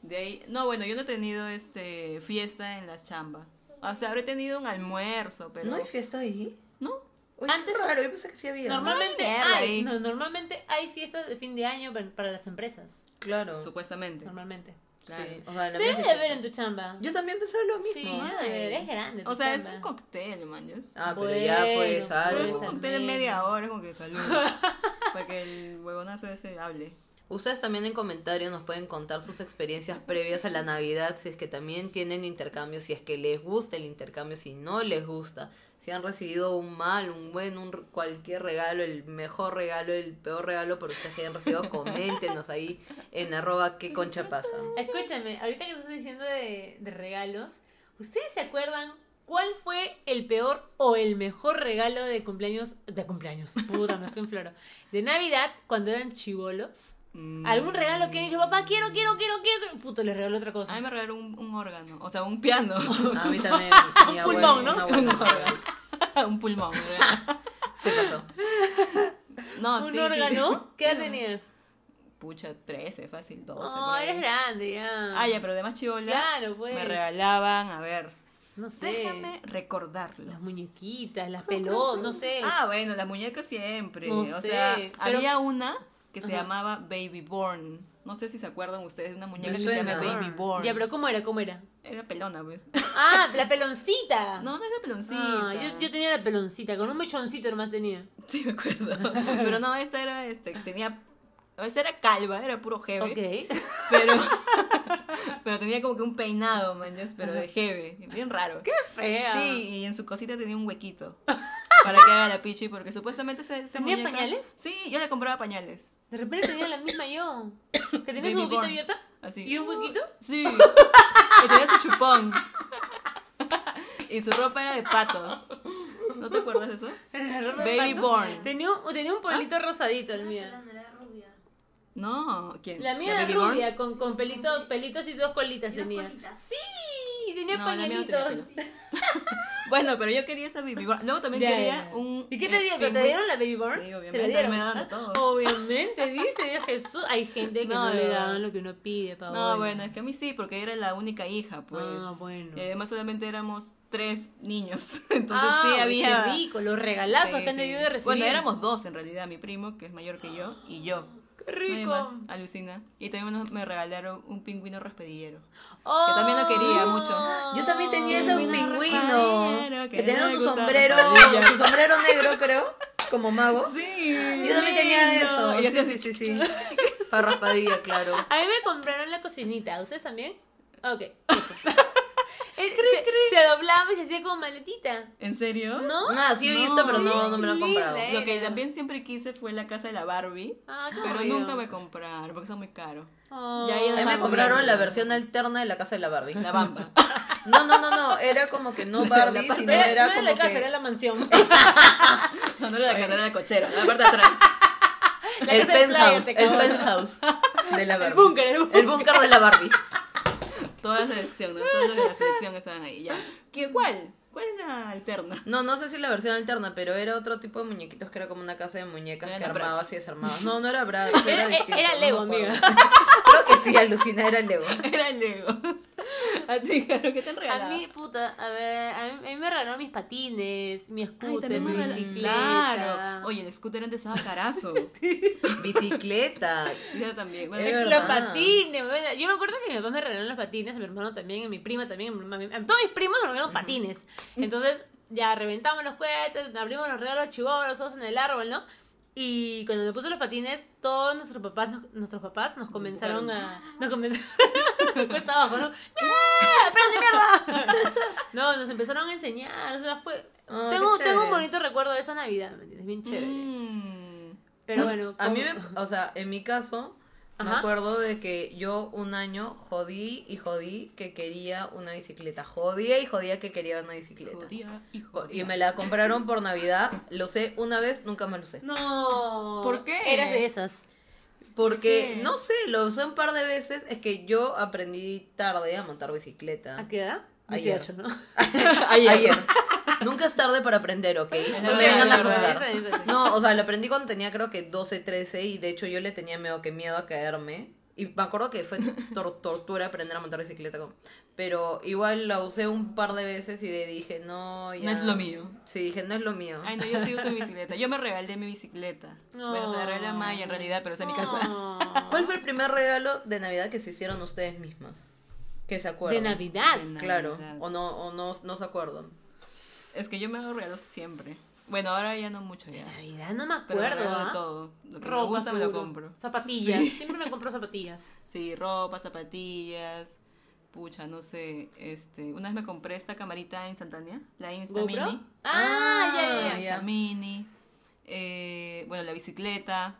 A: De ahí, no, bueno, yo no he tenido este fiesta en las chambas. O sea, habré tenido un almuerzo, pero
C: ¿No hay fiesta ahí?
A: no.
C: Oye,
B: Antes-
C: Antes raro, yo pensé que sí había.
B: Normalmente
A: No hay guerra
B: hay,
A: ahí.
B: no, normalmente hay fiestas de fin de año pa- para las empresas.
C: Claro.
A: Supuestamente.
B: Normalmente.
C: Sí.
A: Claro.
C: O sea, en la
B: Debe
C: mesa
B: de
C: sí
B: haber
C: está.
B: en tu chamba.
C: Yo también pensaba lo mismo. ¿eh?
B: sí,
A: ¿no?
B: debe, es grande. tu
A: O sea, es
B: chamba.
A: un cóctel, maños.
C: Ah, pero
B: Bueno,
C: ya pues
A: Pero es
B: pero
A: un
B: Al
C: algo.
A: cóctel en
B: menos.
A: media hora, como que salud. para que el huevonazo ese hable.
C: Ustedes también en comentarios nos pueden contar sus experiencias previas a la Navidad, si es que también tienen intercambios, si es que les gusta el intercambio, si no les gusta, si han recibido un mal, un buen, un r- cualquier regalo, el mejor regalo, el peor regalo, por ustedes que hayan recibido, coméntenos ahí en arroba qué concha pasa.
B: Escúchame, ahorita que estás diciendo de, de regalos, ¿ustedes se acuerdan ¿Cuál fue el peor o el mejor regalo de cumpleaños? De cumpleaños, puta, me fui en floro. De Navidad, cuando eran chivolos.
A: Mm.
B: ¿Algún regalo que han dicho, papá, quiero, quiero, quiero, quiero? Puto, les regaló otra
A: A mí
B: cosa.
A: me regalaron un, un órgano, o sea, un piano,
C: A mí también. mi
B: Un
C: abuelo,
B: pulmón, ¿no?
C: un abuelo.
B: Un órgano.
A: un pulmón. ¿verdad?
C: Se pasó.
A: No, sí,
B: ¿Un
A: sí.
B: órgano? ¿Qué edad tenías?
A: Pucha, 13, fácil, 12. por
B: No,
A: ahí.
B: Oh, eres grande ya.
A: Ah, ya, pero además chivola
B: Claro, pues.
A: me regalaban, a ver,
B: No sé.
A: déjame recordarlo.
B: Las muñequitas, las pelotas, no sé.
A: Ah, bueno, las muñecas siempre.
B: No
A: o
B: sé,
A: sea,
B: pero-
A: había una que se
B: Ajá.
A: llamaba Baby Born. No sé si se acuerdan ustedes de una muñeca
C: Me
A: que se llama
C: suena.
A: Baby Born.
B: Ya, pero ¿cómo era? ¿Cómo era?
A: Era pelona, pues.
B: Ah, la peloncita.
A: No, no era peloncita.
B: Ah, yo, yo tenía la peloncita, con un mechoncito nomás tenía.
A: Sí, me acuerdo. Pero no, esa era, este, tenía... Esa era calva, era puro jeve.
B: Ok.
A: Pero, pero tenía como que un peinado, mañas, pero de jeve. Bien raro.
B: Qué fea.
A: Sí, y en su cosita tenía un huequito para que haga la pichi, porque supuestamente se, esa
B: ¿Tenía
A: muñeca-
B: pañales?
A: Sí, yo le compraba pañales.
B: De repente tenía la misma yo. Que tenía
A: Baby
B: su boquita
A: born.
B: abierta.
A: Así.
B: ¿Y un huequito?
A: Sí. y tenía su chupón. y su ropa era de patos. ¿No te acuerdas de eso? Baby
B: Pato.
A: born. Ah.
B: Tenía un, tenía un polito rosadito la mía.
A: No, ¿quién?
B: La mía era
A: Baby Born?
B: rubia, con, con pelitos, pelitos y dos colitas tenía. Sí, tenía
A: No, la mía no
B: pañalitos.
A: tenía pelo. Bueno, pero yo quería esa Baby Born. Luego también
B: Ya,
A: quería
B: ya, ya.
A: un.
B: ¿Y qué te
A: eh,
B: dieron? ¿Pero te
A: pingüi-
B: dieron la baby born?
A: Sí,
B: ¿Te la
A: obviamente,
B: dieron?
A: me daban de todo.
B: Obviamente, dice Dios Jesús. Hay gente que no,
A: No,
B: le
A: no.
B: dan lo que uno pide, Paola.
A: No, bueno, es que a mí sí, porque era la única hija, pues.
B: Ah, bueno.
A: Y además solamente éramos tres niños. Entonces
B: ah,
A: sí había.
B: qué rico, los regalazos
A: Sí,
B: que han
A: sí.
B: debido de recibir.
A: Bueno, éramos dos en realidad, mi primo, que es mayor que yo, y yo.
B: Qué
A: Nadie
B: rico.
A: más, alucina. Y también nos- me regalaron un pingüino raspadillero.
B: Oh,
A: que también lo quería mucho.
C: Yo también tenía ese
A: Pingüino
C: pingüino.
A: rapadero,
C: Que
A: que
C: tenía
A: le
C: su
A: gusta
C: sombrero,
A: raspadillas.
C: su sombrero negro, creo. Como mago.
A: Sí.
C: Yo también tenía eso.
A: Y
C: Sí, sí, sí, sí. Para raspadilla, claro.
B: A mí me compraron la cocinita, ¿ustedes también? Ok. Eh, se, se doblaba y se hacía como maletita.
A: ¿En serio?
B: ¿No?
C: Ah, sí he
A: No,
C: visto, pero no, no me lo han comprado.
B: linda, eh.
A: Lo que también siempre quise fue la casa de la Barbie.
B: Ah, qué
A: Pero
B: aburrido.
A: nunca me compraron porque son muy caros.
B: Oh.
A: Y ahí
C: A mí me compraron la versión alterna de la casa de la Barbie.
A: La bamba.
C: No, no, no, no. Era como que no Barbie, sino
B: Era-
C: era
B: no era
C: como
B: la casa,
C: que.
B: era la mansión.
A: No, no era la casa, era la cochera, la parte de atrás.
B: La
C: el
B: casa de
C: penthouse,
B: playa, te
C: el
B: cago.
C: penthouse de la Barbie.
B: búnker, el búnker.
C: El búnker de la Barbie.
A: Toda la selección, ¿no? Todos los de la selección estaban ahí, ya. ¿Qué, ¿Cuál? ¿Cuál es la alterna?
C: No, no sé si la versión alterna, pero era otro tipo de muñequitos que era como una casa de muñecas
A: Eran
C: que
A: las
C: armabas
A: Bratz.
C: y desarmabas. No, no era Bratz,
B: Era- era
C: era distinto. no me
B: Lego,
C: acuerdo.
B: amiga.
C: Creo que sí, alucina, era Lego.
A: Era el Lego. A ti, Caro, ¿qué te han regalado?
B: A mí, puta, a ver, a mí, a mí me regalaron mis patines, mi
A: Ay,
B: scooter,
A: también me
B: mi
A: regalaron-
B: bicicleta.
A: Claro. Oye, el scooter antes estaba carazo.
C: Bicicleta.
A: Yo también.
C: Es
A: Bueno,
C: verdad.
B: los patines, bueno, yo me acuerdo que mis papás me regalaron los patines, a mi hermano también, a mi prima también, a, mi mami- a todos mis primos me regalaron patines. Entonces, ya reventamos los cohetes, abrimos los regalos chivados, todos en el árbol, ¿no? Y cuando me puse los patines, todos nuestros papás nos, nuestros papás nos comenzaron a. Nos comenzaron. cuesta abajo, ¿no? ¡Ah! ¡Prende, mierda! no, nos empezaron a enseñar. O sea, fue.
C: Oh, qué
B: tengo, tengo
C: chévere.
B: un bonito recuerdo de esa Navidad, ¿me entiendes? Bien chévere.
A: mm,
B: Pero bueno.
C: A mí
B: como-
C: me, o sea, en mi caso, me
B: Ajá.
C: acuerdo de que yo un año jodí y jodí que quería una bicicleta. Jodía y jodía que quería una bicicleta.
A: jodía y
C: Y
A: jodía.
C: me la compraron por Navidad, lo sé una vez, nunca más lo sé.
B: No.
A: ¿Por qué?
B: Eras de esas.
C: Porque,
A: qué?
C: no sé, lo usé un par de veces, es que yo aprendí tarde a montar bicicleta.
B: ¿A qué edad?
C: Ayer.
B: 18, ¿no?
A: Ayer.
C: Ayer. Nunca es tarde para aprender, ¿ok? No me vengan a
A: verdad,
C: juzgar.
B: Esa, esa, esa.
C: No, o sea, lo aprendí cuando tenía creo que 12, 13 y de hecho yo le tenía miedo que miedo a caerme. Y me acuerdo que fue tor- tortura aprender a montar bicicleta. con- Pero igual la usé un par de veces y de- dije, no, ya.
A: No es lo mío.
C: Sí, dije, no es lo mío.
A: Ay, no, yo sí uso mi bicicleta. Yo me regalé mi bicicleta. Bueno, se la regalé a Maya en realidad, pero es en mi casa.
B: No.
C: ¿Cuál fue el primer regalo de Navidad que se hicieron ustedes mismas? Que se
B: De
C: acuerdan.
B: Navidad.
A: De
C: Claro,
A: Navidad.
C: o no, o no, no se acuerdan.
A: Es que yo me hago regalos siempre. Bueno, ahora ya no mucho ya.
B: Navidad no me
A: Pero me
B: acuerdo.
A: regalo de
B: ¿ah?
A: todo. Lo que
B: Ropa,
A: me gusta me lo
B: seguro.
A: compro.
B: Zapatillas.
A: Sí.
B: Siempre me compro zapatillas.
A: Sí, ropa, zapatillas, pucha, no sé, este, una vez me compré esta camarita en Santania, la Insta
B: ¿GoPro?
A: Mini.
B: Ah,
C: Ah,
B: ya,
A: La
B: ya,
C: ya.
A: Insta Mini. eh, bueno, la bicicleta.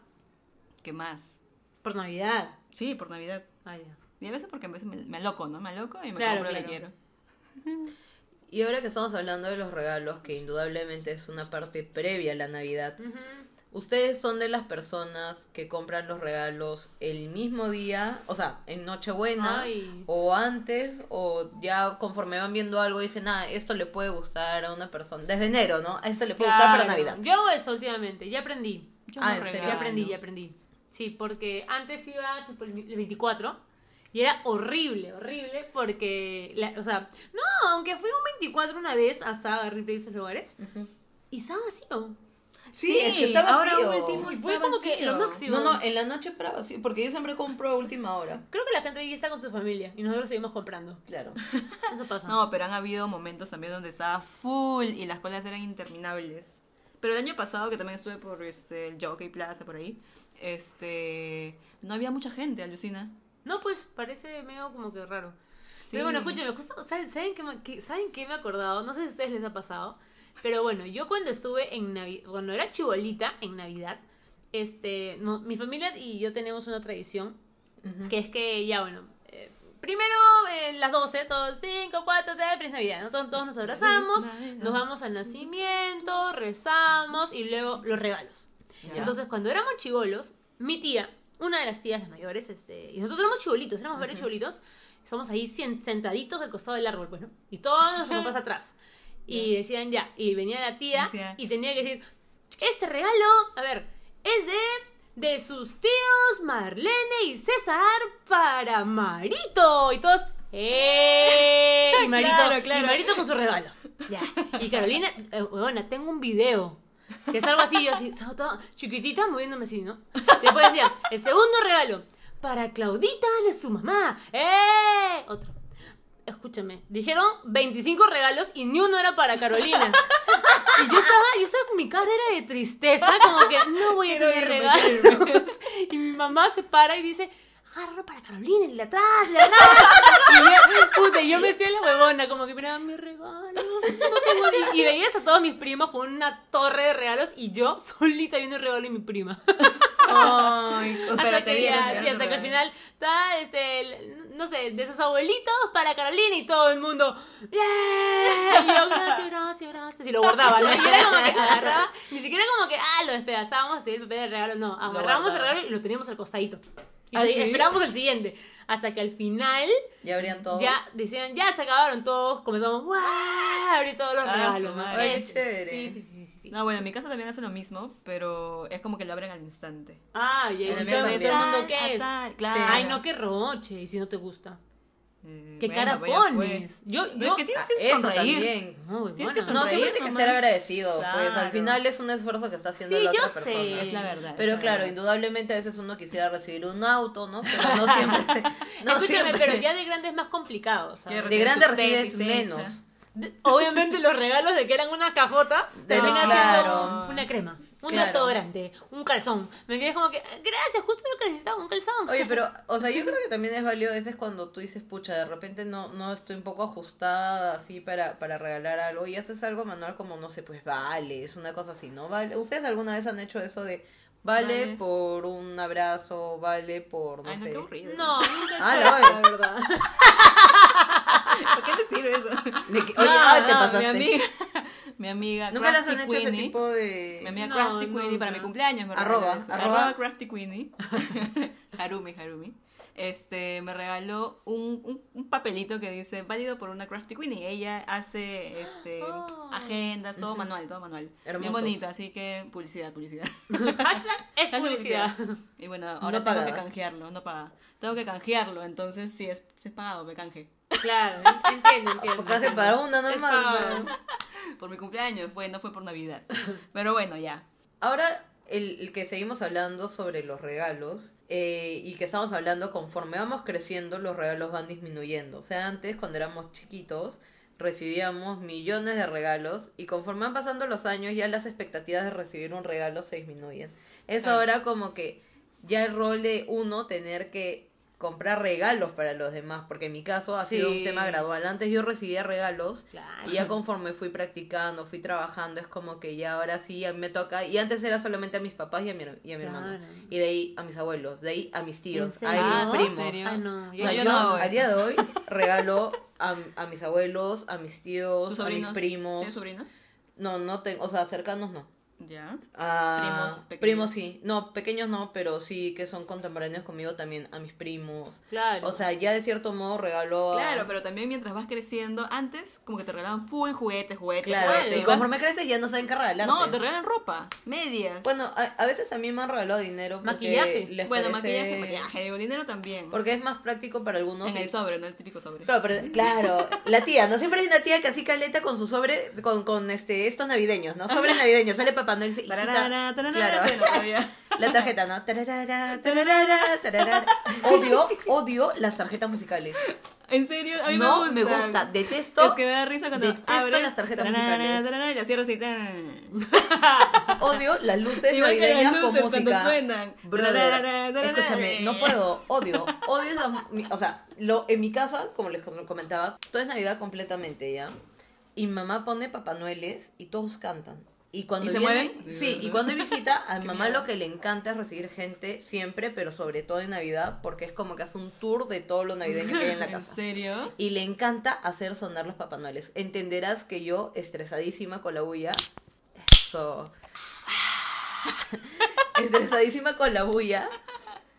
A: ¿Qué más?
B: ya. Por Navidad.
A: Sí, por Navidad.
B: Ah, ya.
A: Y a veces porque a veces me, me aloco, ¿no? Me aloco y me
B: Claro,
A: compro lo que
B: claro.
A: quiero.
C: Y ahora que estamos hablando de los regalos, que indudablemente es una parte previa a la Navidad,
B: Ujú.
C: ¿ustedes son de las personas que compran los regalos el mismo día, o sea, en Nochebuena,
B: Ay.
C: o antes, o ya conforme van viendo algo dicen, ah, esto le puede gustar a una persona, desde enero, ¿no? A esto le puede gustar para
B: Claro.
C: Navidad.
B: Yo hago eso últimamente, ya aprendí.
A: Yo
C: Ah,
A: no
C: ¿en serio?
A: regalo.
B: Ya aprendí, ya aprendí. Sí, porque antes iba tipo, el 24 y era horrible, horrible, porque, la- o sea, no, aunque fui un 24 una vez a Saga, Ripley y esos lugares,
C: Ujú.
B: y estaba vacío.
C: Sí, es que está
A: ahora
C: vacío.
A: último
B: Fue
A: está
B: como que
A: vacío.
B: lo máximo.
C: No, no, en la noche para vacío, porque yo siempre compro a última hora.
B: Creo que la gente ahí está con su familia y nosotros seguimos comprando.
C: Claro.
B: Eso pasa.
A: No, pero han habido momentos también donde estaba full y las colas eran interminables. Pero el año pasado, que también estuve por este, el Jockey Plaza, por ahí, este, no había mucha gente, alucina.
B: No, pues parece medio como que raro.
A: Sí.
B: Pero bueno, escúchenme, justo- ¿saben, saben qué, me- qué- ¿saben qué me he acordado? No sé si a ustedes les ha pasado, pero bueno, yo cuando estuve en Navidad, cuando era chibolita en Navidad, este, no, mi familia y yo tenemos una tradición,
C: Ujú.
B: que es que ya bueno, eh, primero eh, las 12, todos 5, 4, 3, feliz Navidad, ¿no? todos, todos nos abrazamos, nos vamos al nacimiento, rezamos y luego los regalos.
A: Ya.
B: Entonces, cuando éramos chivolos, mi tía, una de las tías las mayores, este, y nosotros éramos chivolitos, éramos varios
C: Ujú.
B: chivolitos, estamos ahí cien- sentaditos al costado del árbol, bueno, y todos nos papás atrás. Y
A: Ya.
B: decían ya, y venía la tía
A: Decía.
B: y tenía que decir, este regalo, a ver, es de de sus tíos Marlene y César para Marito. Y todos, ¡eh! Y Marito,
A: Claro, claro.
B: y Marito con su regalo. Ya. Y Carolina, eh, huevona, tengo un video. Que es algo así, yo así, so- toda chiquitita, moviéndome así, ¿no? Después decía, el segundo regalo, para Claudita de su mamá. ¡Eh! Otro. Escúchame, dijeron 25 regalos y ni uno era para Carolina. Y yo estaba, yo estaba con mi cara era de tristeza, como que no voy a
A: Quiero
B: tener
A: irme,
B: regalos.
A: quiero irme.
B: Y mi mamá se para y dice, agárralo para Carolina, le atrás, le atrás. Y yo, puta, yo me hacía la huevona, como que mira mi regalo. no tengo ni-". Y veías a todos mis primos con una torre de regalos y yo solita viendo el regalo de mi prima.
A: Ay, pero
B: Hasta
A: te
B: que,
A: dieron,
B: ya,
A: te
B: sí,
A: dieron
B: hasta que al
A: regalo.
B: final, ta, este, el- no sé, de sus abuelitos para Carolina y todo el mundo. "Yeah". Y yo, gracias, gracias, gracias. Y lo guardaba, ni siquiera como que agarraba, ni siquiera como que, ah, lo despedazábamos así el papel de regalo. No, agarrábamos el
A: guardaba.
B: regalo y lo teníamos al costadito. Y
A: ¿Ah,
B: ahí
A: sí?
B: esperábamos el siguiente. Hasta que al final,
C: Ya habrían
A: Oh.
C: todo.
B: ya decían, ya se acabaron todos, comenzamos, ¡guau! a Abrir todos los
A: Ah,
B: regalos.
A: su
B: ¿no?
A: madre.
B: Oye,
C: Qué chévere.
B: Sí, sí, sí. sí, sí.
A: No, bueno, en mi casa también hace lo mismo, pero es como que lo abren al instante.
B: Ah, y ahí
C: En el
B: todo,
C: mío
B: todo el
C: también.
B: mundo,
A: Tal, a
B: ¿qué es?
A: Ah, tal, Claro.
C: Sí.
B: Ay, no, qué roche. Y si no te gusta.
A: Eh,
B: ¿Qué
A: bueno,
B: cara
A: pues ya fue.
B: pones? Yo,
A: Es
B: yo...
A: que tienes
C: Ah,
A: que
C: Eso
A: sonreír.
C: también.
B: No,
A: Tienes
B: bueno.
A: que
C: No,
A: sonreír
C: siempre tienes que
A: nomás.
C: ser agradecido, pues al
A: Claro.
C: final es un esfuerzo que está haciendo
B: Sí,
C: la otra
B: yo sé.
C: persona.
A: Es la verdad. es
C: Pero
A: la
C: claro,
A: verdad.
C: indudablemente a veces uno quisiera recibir un auto, ¿no? Pero no siempre. No
B: Escúchame,
C: siempre.
B: pero ya de grande es más complicado,
A: Qué
B: ¿sabes?
A: re-
C: De grande
A: Reciben su
C: recibes
A: tesis hecha.
C: menos.
B: De- Obviamente los regalos de que eran unas cajotas
C: De-
B: terminan
C: claro.
B: siendo una crema, un
C: Claro.
B: desodorante, un calzón. Me quedé como que, gracias, justo lo que necesitaba, un calzón.
C: Oye, pero, o sea, yo creo que también es válido a veces cuando tú dices, pucha, de repente no, no estoy un poco ajustada así para, para regalar algo y haces algo manual como, no sé, pues vale, es una cosa así, ¿no? Vale. ¿Ustedes alguna vez han hecho eso de vale,
A: Vale.
C: por un abrazo, vale por, no
A: Ay, no,
C: sé?
A: qué aburrido.
B: No, nunca he
C: Ah,
B: hecho eso,
C: la oye.
B: la verdad.
A: ¿Por qué te sirve eso?
C: De que,
A: No,
C: oye, ah, te
A: no,
C: pasaste.
A: Mi amiga, mi amiga
C: Nunca las han
A: Crafty
C: hecho ese
A: Queenie,
C: tipo de...
A: Mi amiga
B: No,
A: Crafty Queenie para mi
B: nunca.
A: cumpleaños me
C: Arroba,
A: regaló eso.
C: arroba.
A: Crafty Queenie. Harumi, Harumi. Este, me regaló un, un, un papelito que dice válido por una Crafty Queenie. Ella hace este,
B: Oh.
A: agendas, todo
C: Ujú.
A: manual, todo manual.
C: Hermosos.
A: Bien bonito, así que publicidad, publicidad.
B: Hashtag es
A: Hashtag
B: publicidad.
A: Y bueno, ahora
C: No
A: tengo
C: pagada.
A: que canjearlo, no paga. Tengo que canjearlo, entonces si es, si es pagado, me canje.
B: Claro, entiendo, entiendo.
C: Porque hace para una nomás.
B: Es para-
C: ¿no?
A: Por mi cumpleaños, fue, no fue por Navidad. Pero bueno, ya.
C: Ahora, el, el que seguimos hablando sobre los regalos eh, y que estamos hablando conforme vamos creciendo, los regalos van disminuyendo. O sea, antes, cuando éramos chiquitos, recibíamos millones de regalos y conforme van pasando los años, ya las expectativas de recibir un regalo se disminuyen. Es
A: Claro.
C: ahora como que ya el rol de uno tener que comprar regalos para los demás, porque en mi caso ha sido
B: Sí.
C: un tema gradual. Antes yo recibía regalos
B: Claro.
C: y ya conforme fui practicando, fui trabajando, es como que ya ahora sí ya me toca. Y antes era solamente a mis papás y a mi, y a mi hermano.
B: Claro.
C: Y de ahí a mis abuelos, de ahí a mis tíos,
B: ¿En
C: a
B: serio?
C: mis
A: Ah, ¿en
C: primos.
A: serio?
B: Ah, no.
C: O
A: yo
C: sea, yo,
A: no hago
C: a
A: eso.
C: día de hoy regalo a, a mis abuelos, a mis tíos,
A: ¿Tus
C: a mis
A: sobrinos?
C: primos.
A: ¿Tienes sobrinos?
C: No, no tengo, o sea, cercanos no.
A: Ya.
C: A-
A: Ah, Primos pequeños.
C: primos sí. No, pequeños no, pero sí que son contemporáneos conmigo también, a mis primos.
B: Claro.
C: O sea, ya de cierto modo regalo a...
A: Claro, pero también mientras vas creciendo, antes como que te regalaban full juguetes, juguetes,
C: Claro,
A: juguetes,
C: y
A: y
C: conforme creces ya no saben qué regalarte.
A: No, te regalan ropa, medias.
C: Bueno, a, a veces a mí me han regalado dinero porque
B: Maquillaje.
C: Pues, les
A: Bueno,
C: parece-
A: maquillaje, maquillaje, digo, dinero también.
C: Porque es más práctico para algunos.
A: en
C: y-
A: el sobre, no el típico sobre.
C: Claro, pero- claro, la tía, ¿no? Siempre hay una tía que así caleta con su sobre, con, con este, estos navideños, ¿no? Sobre navideños, sale papá Noel. y dice,
A: Tararara,
C: "Hijita",
A: tararara,
C: claro.
A: sí, no, todavía.
C: La tarjeta, ¿no? Tararara, tararara, tararara. Odio, odio las tarjetas musicales.
A: En serio, a mí
C: no
A: me gusta.
C: gusta, detesto,
A: Es que me da risa cuando
C: Detesto
A: abres
C: las tarjetas
A: tararara,
C: musicales.
A: tararara, y la cierras así. tararara.
C: odio las luces
A: Igual que
C: navideñas
A: las luces
C: con
A: cuando
C: música.
A: suenan.
C: Brother,
A: Tararara, tararara.
C: escúchame, no puedo, odio, odio esa, mi- o sea, lo, en mi casa, como les com- comentaba, todo es Navidad completamente, ¿ya? Y mi mamá pone Papá Noeles y todos cantan. Y cuando
A: ¿Y se
C: vienen-
A: mueven?
C: Sí, y cuando hay visita, a mi
A: Qué
C: mamá
A: miedo.
C: lo que le encanta es recibir gente siempre, pero sobre todo en Navidad, porque es como que hace un tour de todo lo navideño que hay en la
A: ¿En
C: casa.
A: serio?
C: Y le encanta hacer sonar los Papá Noeles. Entenderás que yo, estresadísima con la bulla. Eso. estresadísima con la bulla.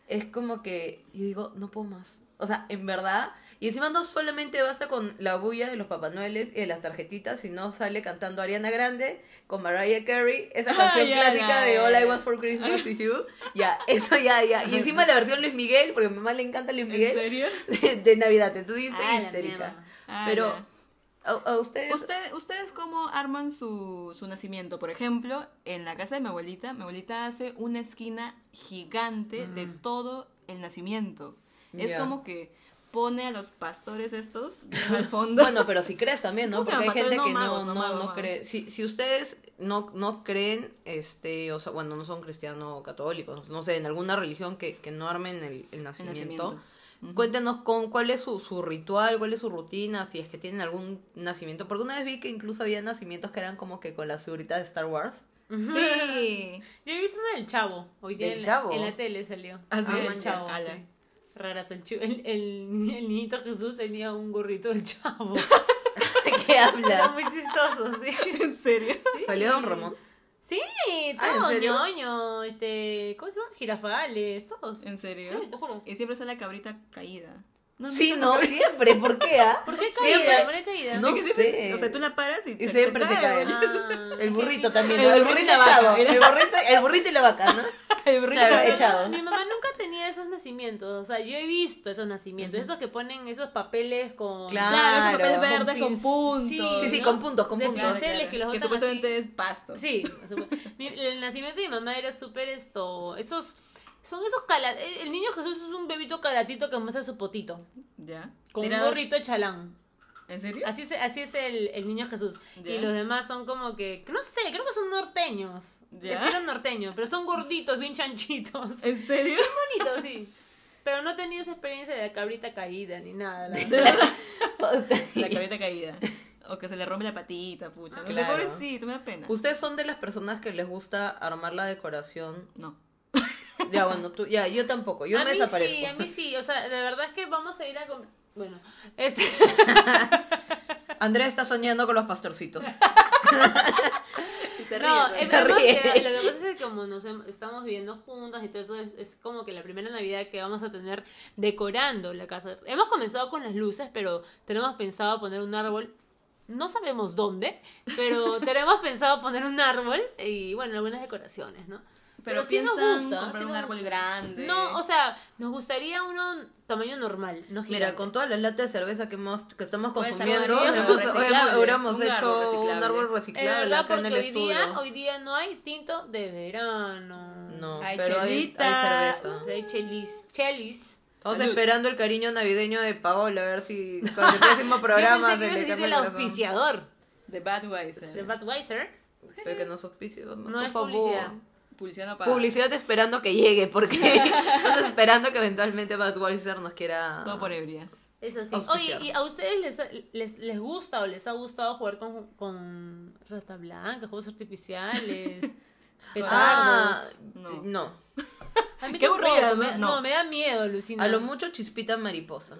C: Es como que. Yo digo, no puedo más. O sea, en verdad. Y encima no solamente basta con la bulla de los Papá Noeles y de las tarjetitas, sino sale cantando Ariana Grande con Mariah Carey, esa
A: Ah,
C: canción
A: ya,
C: clásica
A: ya,
C: de
A: ya,
C: All I
A: ya.
C: Want for Christmas is You. Ya, eso ya, ya. Y encima la versión Luis Miguel, porque a mi mamá le encanta Luis
A: ¿En
C: Miguel
A: serio?
C: de, de Navidad, te tuviste
B: Ah, la
C: histérica.
B: mierda.
A: Ah,
C: Pero
A: ya.
C: a, a ustedes,
A: ¿Usted- ¿Ustedes cómo arman su, su nacimiento? Por ejemplo, en la casa de mi abuelita, mi abuelita hace una esquina gigante de
B: Mm.
A: todo el nacimiento.
C: Ya.
A: Es como que pone a los pastores estos bien al fondo.
C: bueno, pero si crees también, ¿no?
A: ¿Cómo se
C: Porque hay
A: llama?
C: gente
A: No,
C: que no,
A: magos,
C: no,
A: no, magos,
C: no
A: magos.
C: cree. Si, si ustedes no, no creen, este, o sea, bueno, no son cristianos o católicos, no sé, en alguna religión que, que no armen el, el
A: el
C: nacimiento.
A: nacimiento. Ujú.
C: Cuéntenos con cuál es su, su ritual, cuál es su rutina, si es que tienen algún nacimiento. Porque una vez vi que incluso había nacimientos que eran como que con las figuritas de Star Wars.
A: Sí.
B: Yo he visto una del Chavo. Hoy día
C: ¿Del
B: en, la-
C: Chavo?
B: en la tele salió.
A: Ah, ¿sí?
B: del
A: Ah,
B: Chavo.
A: ala.
B: sí. Raras, el, chu- el, el- el niñito Jesús tenía un gorrito del Chavo.
C: ¿De qué
B: Era
C: hablas?
B: muy chistoso, sí.
A: ¿En serio?
C: Salió Don Ramón.
B: Sí,
C: Ah, ¿en
B: todo,
C: serio?
B: ñoño, este, ¿cómo se llama? Girafales, todos.
A: ¿En serio?
B: Sí, te juro.
A: Y siempre sale la cabrita caída. No,
C: Sí,
A: nunca-
C: no, siempre. ¿Por qué? ah?
B: ¿Por qué
C: Sí,
B: caída? ¿Por qué caída?
C: no
A: es que siempre-
C: sé.
A: O sea, tú la paras y,
C: Y siempre te cae.
B: Ah,
C: El burrito
B: qué
C: también,
A: El
C: ¿no? El,
A: burrito y
C: burrito
A: la vaca,
C: echado.
A: mira.
C: El burrito, el burrito y la vaca, ¿no?
A: El burrito
C: Claro,
A: cae.
B: Mi mamá-
C: echados.
B: Mi mamá nunca tenía esos nacimientos. O sea, yo he visto esos nacimientos. Esos que ponen esos papeles con.
C: Claro.
A: Claro, esos papeles
C: Con
A: verdes con
B: pis-
A: puntos.
B: Sí,
C: Sí, sí,
B: ¿no?
C: con puntos, con
B: De
C: puntos.
B: placer. pinceles que los botan
A: supuestamente es pasto.
B: Sí, o sea, mi- el nacimiento de mi mamá era súper esto. Esos. Son esos cala- El niño Jesús es un bebito calatito que muestra su potito.
A: ¿Ya?
B: Con
A: Tirado-
B: un gorrito de chalán.
A: ¿En serio?
B: Así es, así es el, el niño Jesús.
A: Ya.
B: Y los demás son como que. No sé, creo que son norteños.
A: Ya.
B: Estilo norteño, pero son gorditos, bien chanchitos.
A: ¿En serio?
B: Bonito, sí. Pero no he tenido esa experiencia de la cabrita caída ni nada. La
A: De verdad, la carita caída. O que se le rompe la patita, pucha. No
C: Claro.
A: sé, pobrecito, me da pena.
C: ¿Ustedes son de las personas que les gusta armar la decoración?
A: No.
C: Ya, bueno, tú, ya, yo tampoco, yo
B: a
C: me
B: mí
C: desaparezco.
B: sí, a mí sí. O sea, la verdad es que vamos a ir a comprar. Bueno, este.
C: Andrea está soñando con los pastorcitos.
A: Y se ríe,
B: No,
A: ¿no?
B: es
C: Se
B: hemos
C: ríe.
B: quedado- lo que pasa es que como nos hem- estamos viviendo juntas y todo eso, es, es como que la primera Navidad que vamos a tener decorando la casa. Hemos comenzado con las luces, pero tenemos pensado poner un árbol. No sabemos dónde, pero tenemos pensado poner un árbol y bueno, algunas decoraciones, ¿no?
A: Pero,
B: sí nos
A: piensan
B: gusta,
A: comprar
B: sí
A: un
B: nos
A: árbol
B: gusta.
A: grande.
B: No, o sea, nos gustaría uno tamaño normal, no
C: Mira,
B: gigante.
C: con todas las latas de cerveza que, hemos, que estamos
A: Puede ser
C: consumiendo,
A: un
B: árbol
C: hemos-
A: reciclable,
C: hubiéramos
A: un
C: hecho
A: árbol
C: un
A: reciclable.
C: árbol
B: Eh,
C: reciclable
B: ¿verdad?
C: acá en el
B: Porque hoy día,
C: estudio.
B: hoy día no hay tinto de verano.
C: No,
A: Ay,
C: pero hay, hay
A: chelita.
C: cerveza.
B: Pero hay chelis, chelis.
C: Estamos
A: Salud.
C: esperando el cariño navideño de Paola, a ver si con el próximo programa
B: Yo pensé que
C: se le
B: ibas a decir
C: cambia
B: el
C: el corazón.
B: auspiciador
A: De Budweiser.
B: de Budweiser.
C: Pero que no es auspicio,
B: No
C: por
B: es
C: favor.
B: publicidad.
A: Publicidad no paga.
C: Publicidad esperando que llegue, porque estamos esperando que eventualmente Budweiser nos quiera...
A: Todo por ebrias.
B: Eso sí.
C: Auspiciado.
B: Oye, ¿y a ustedes les, les, les gusta o les ha gustado jugar con, con ratas blancas, juegos artificiales,
C: Ah,
A: No.
B: petardos?
C: no.
B: A mí
A: Qué
B: tampoco,
A: aburrida,
B: me-
A: ¿no? No.
B: me da miedo, Lucina.
C: A lo mucho chispita mariposa.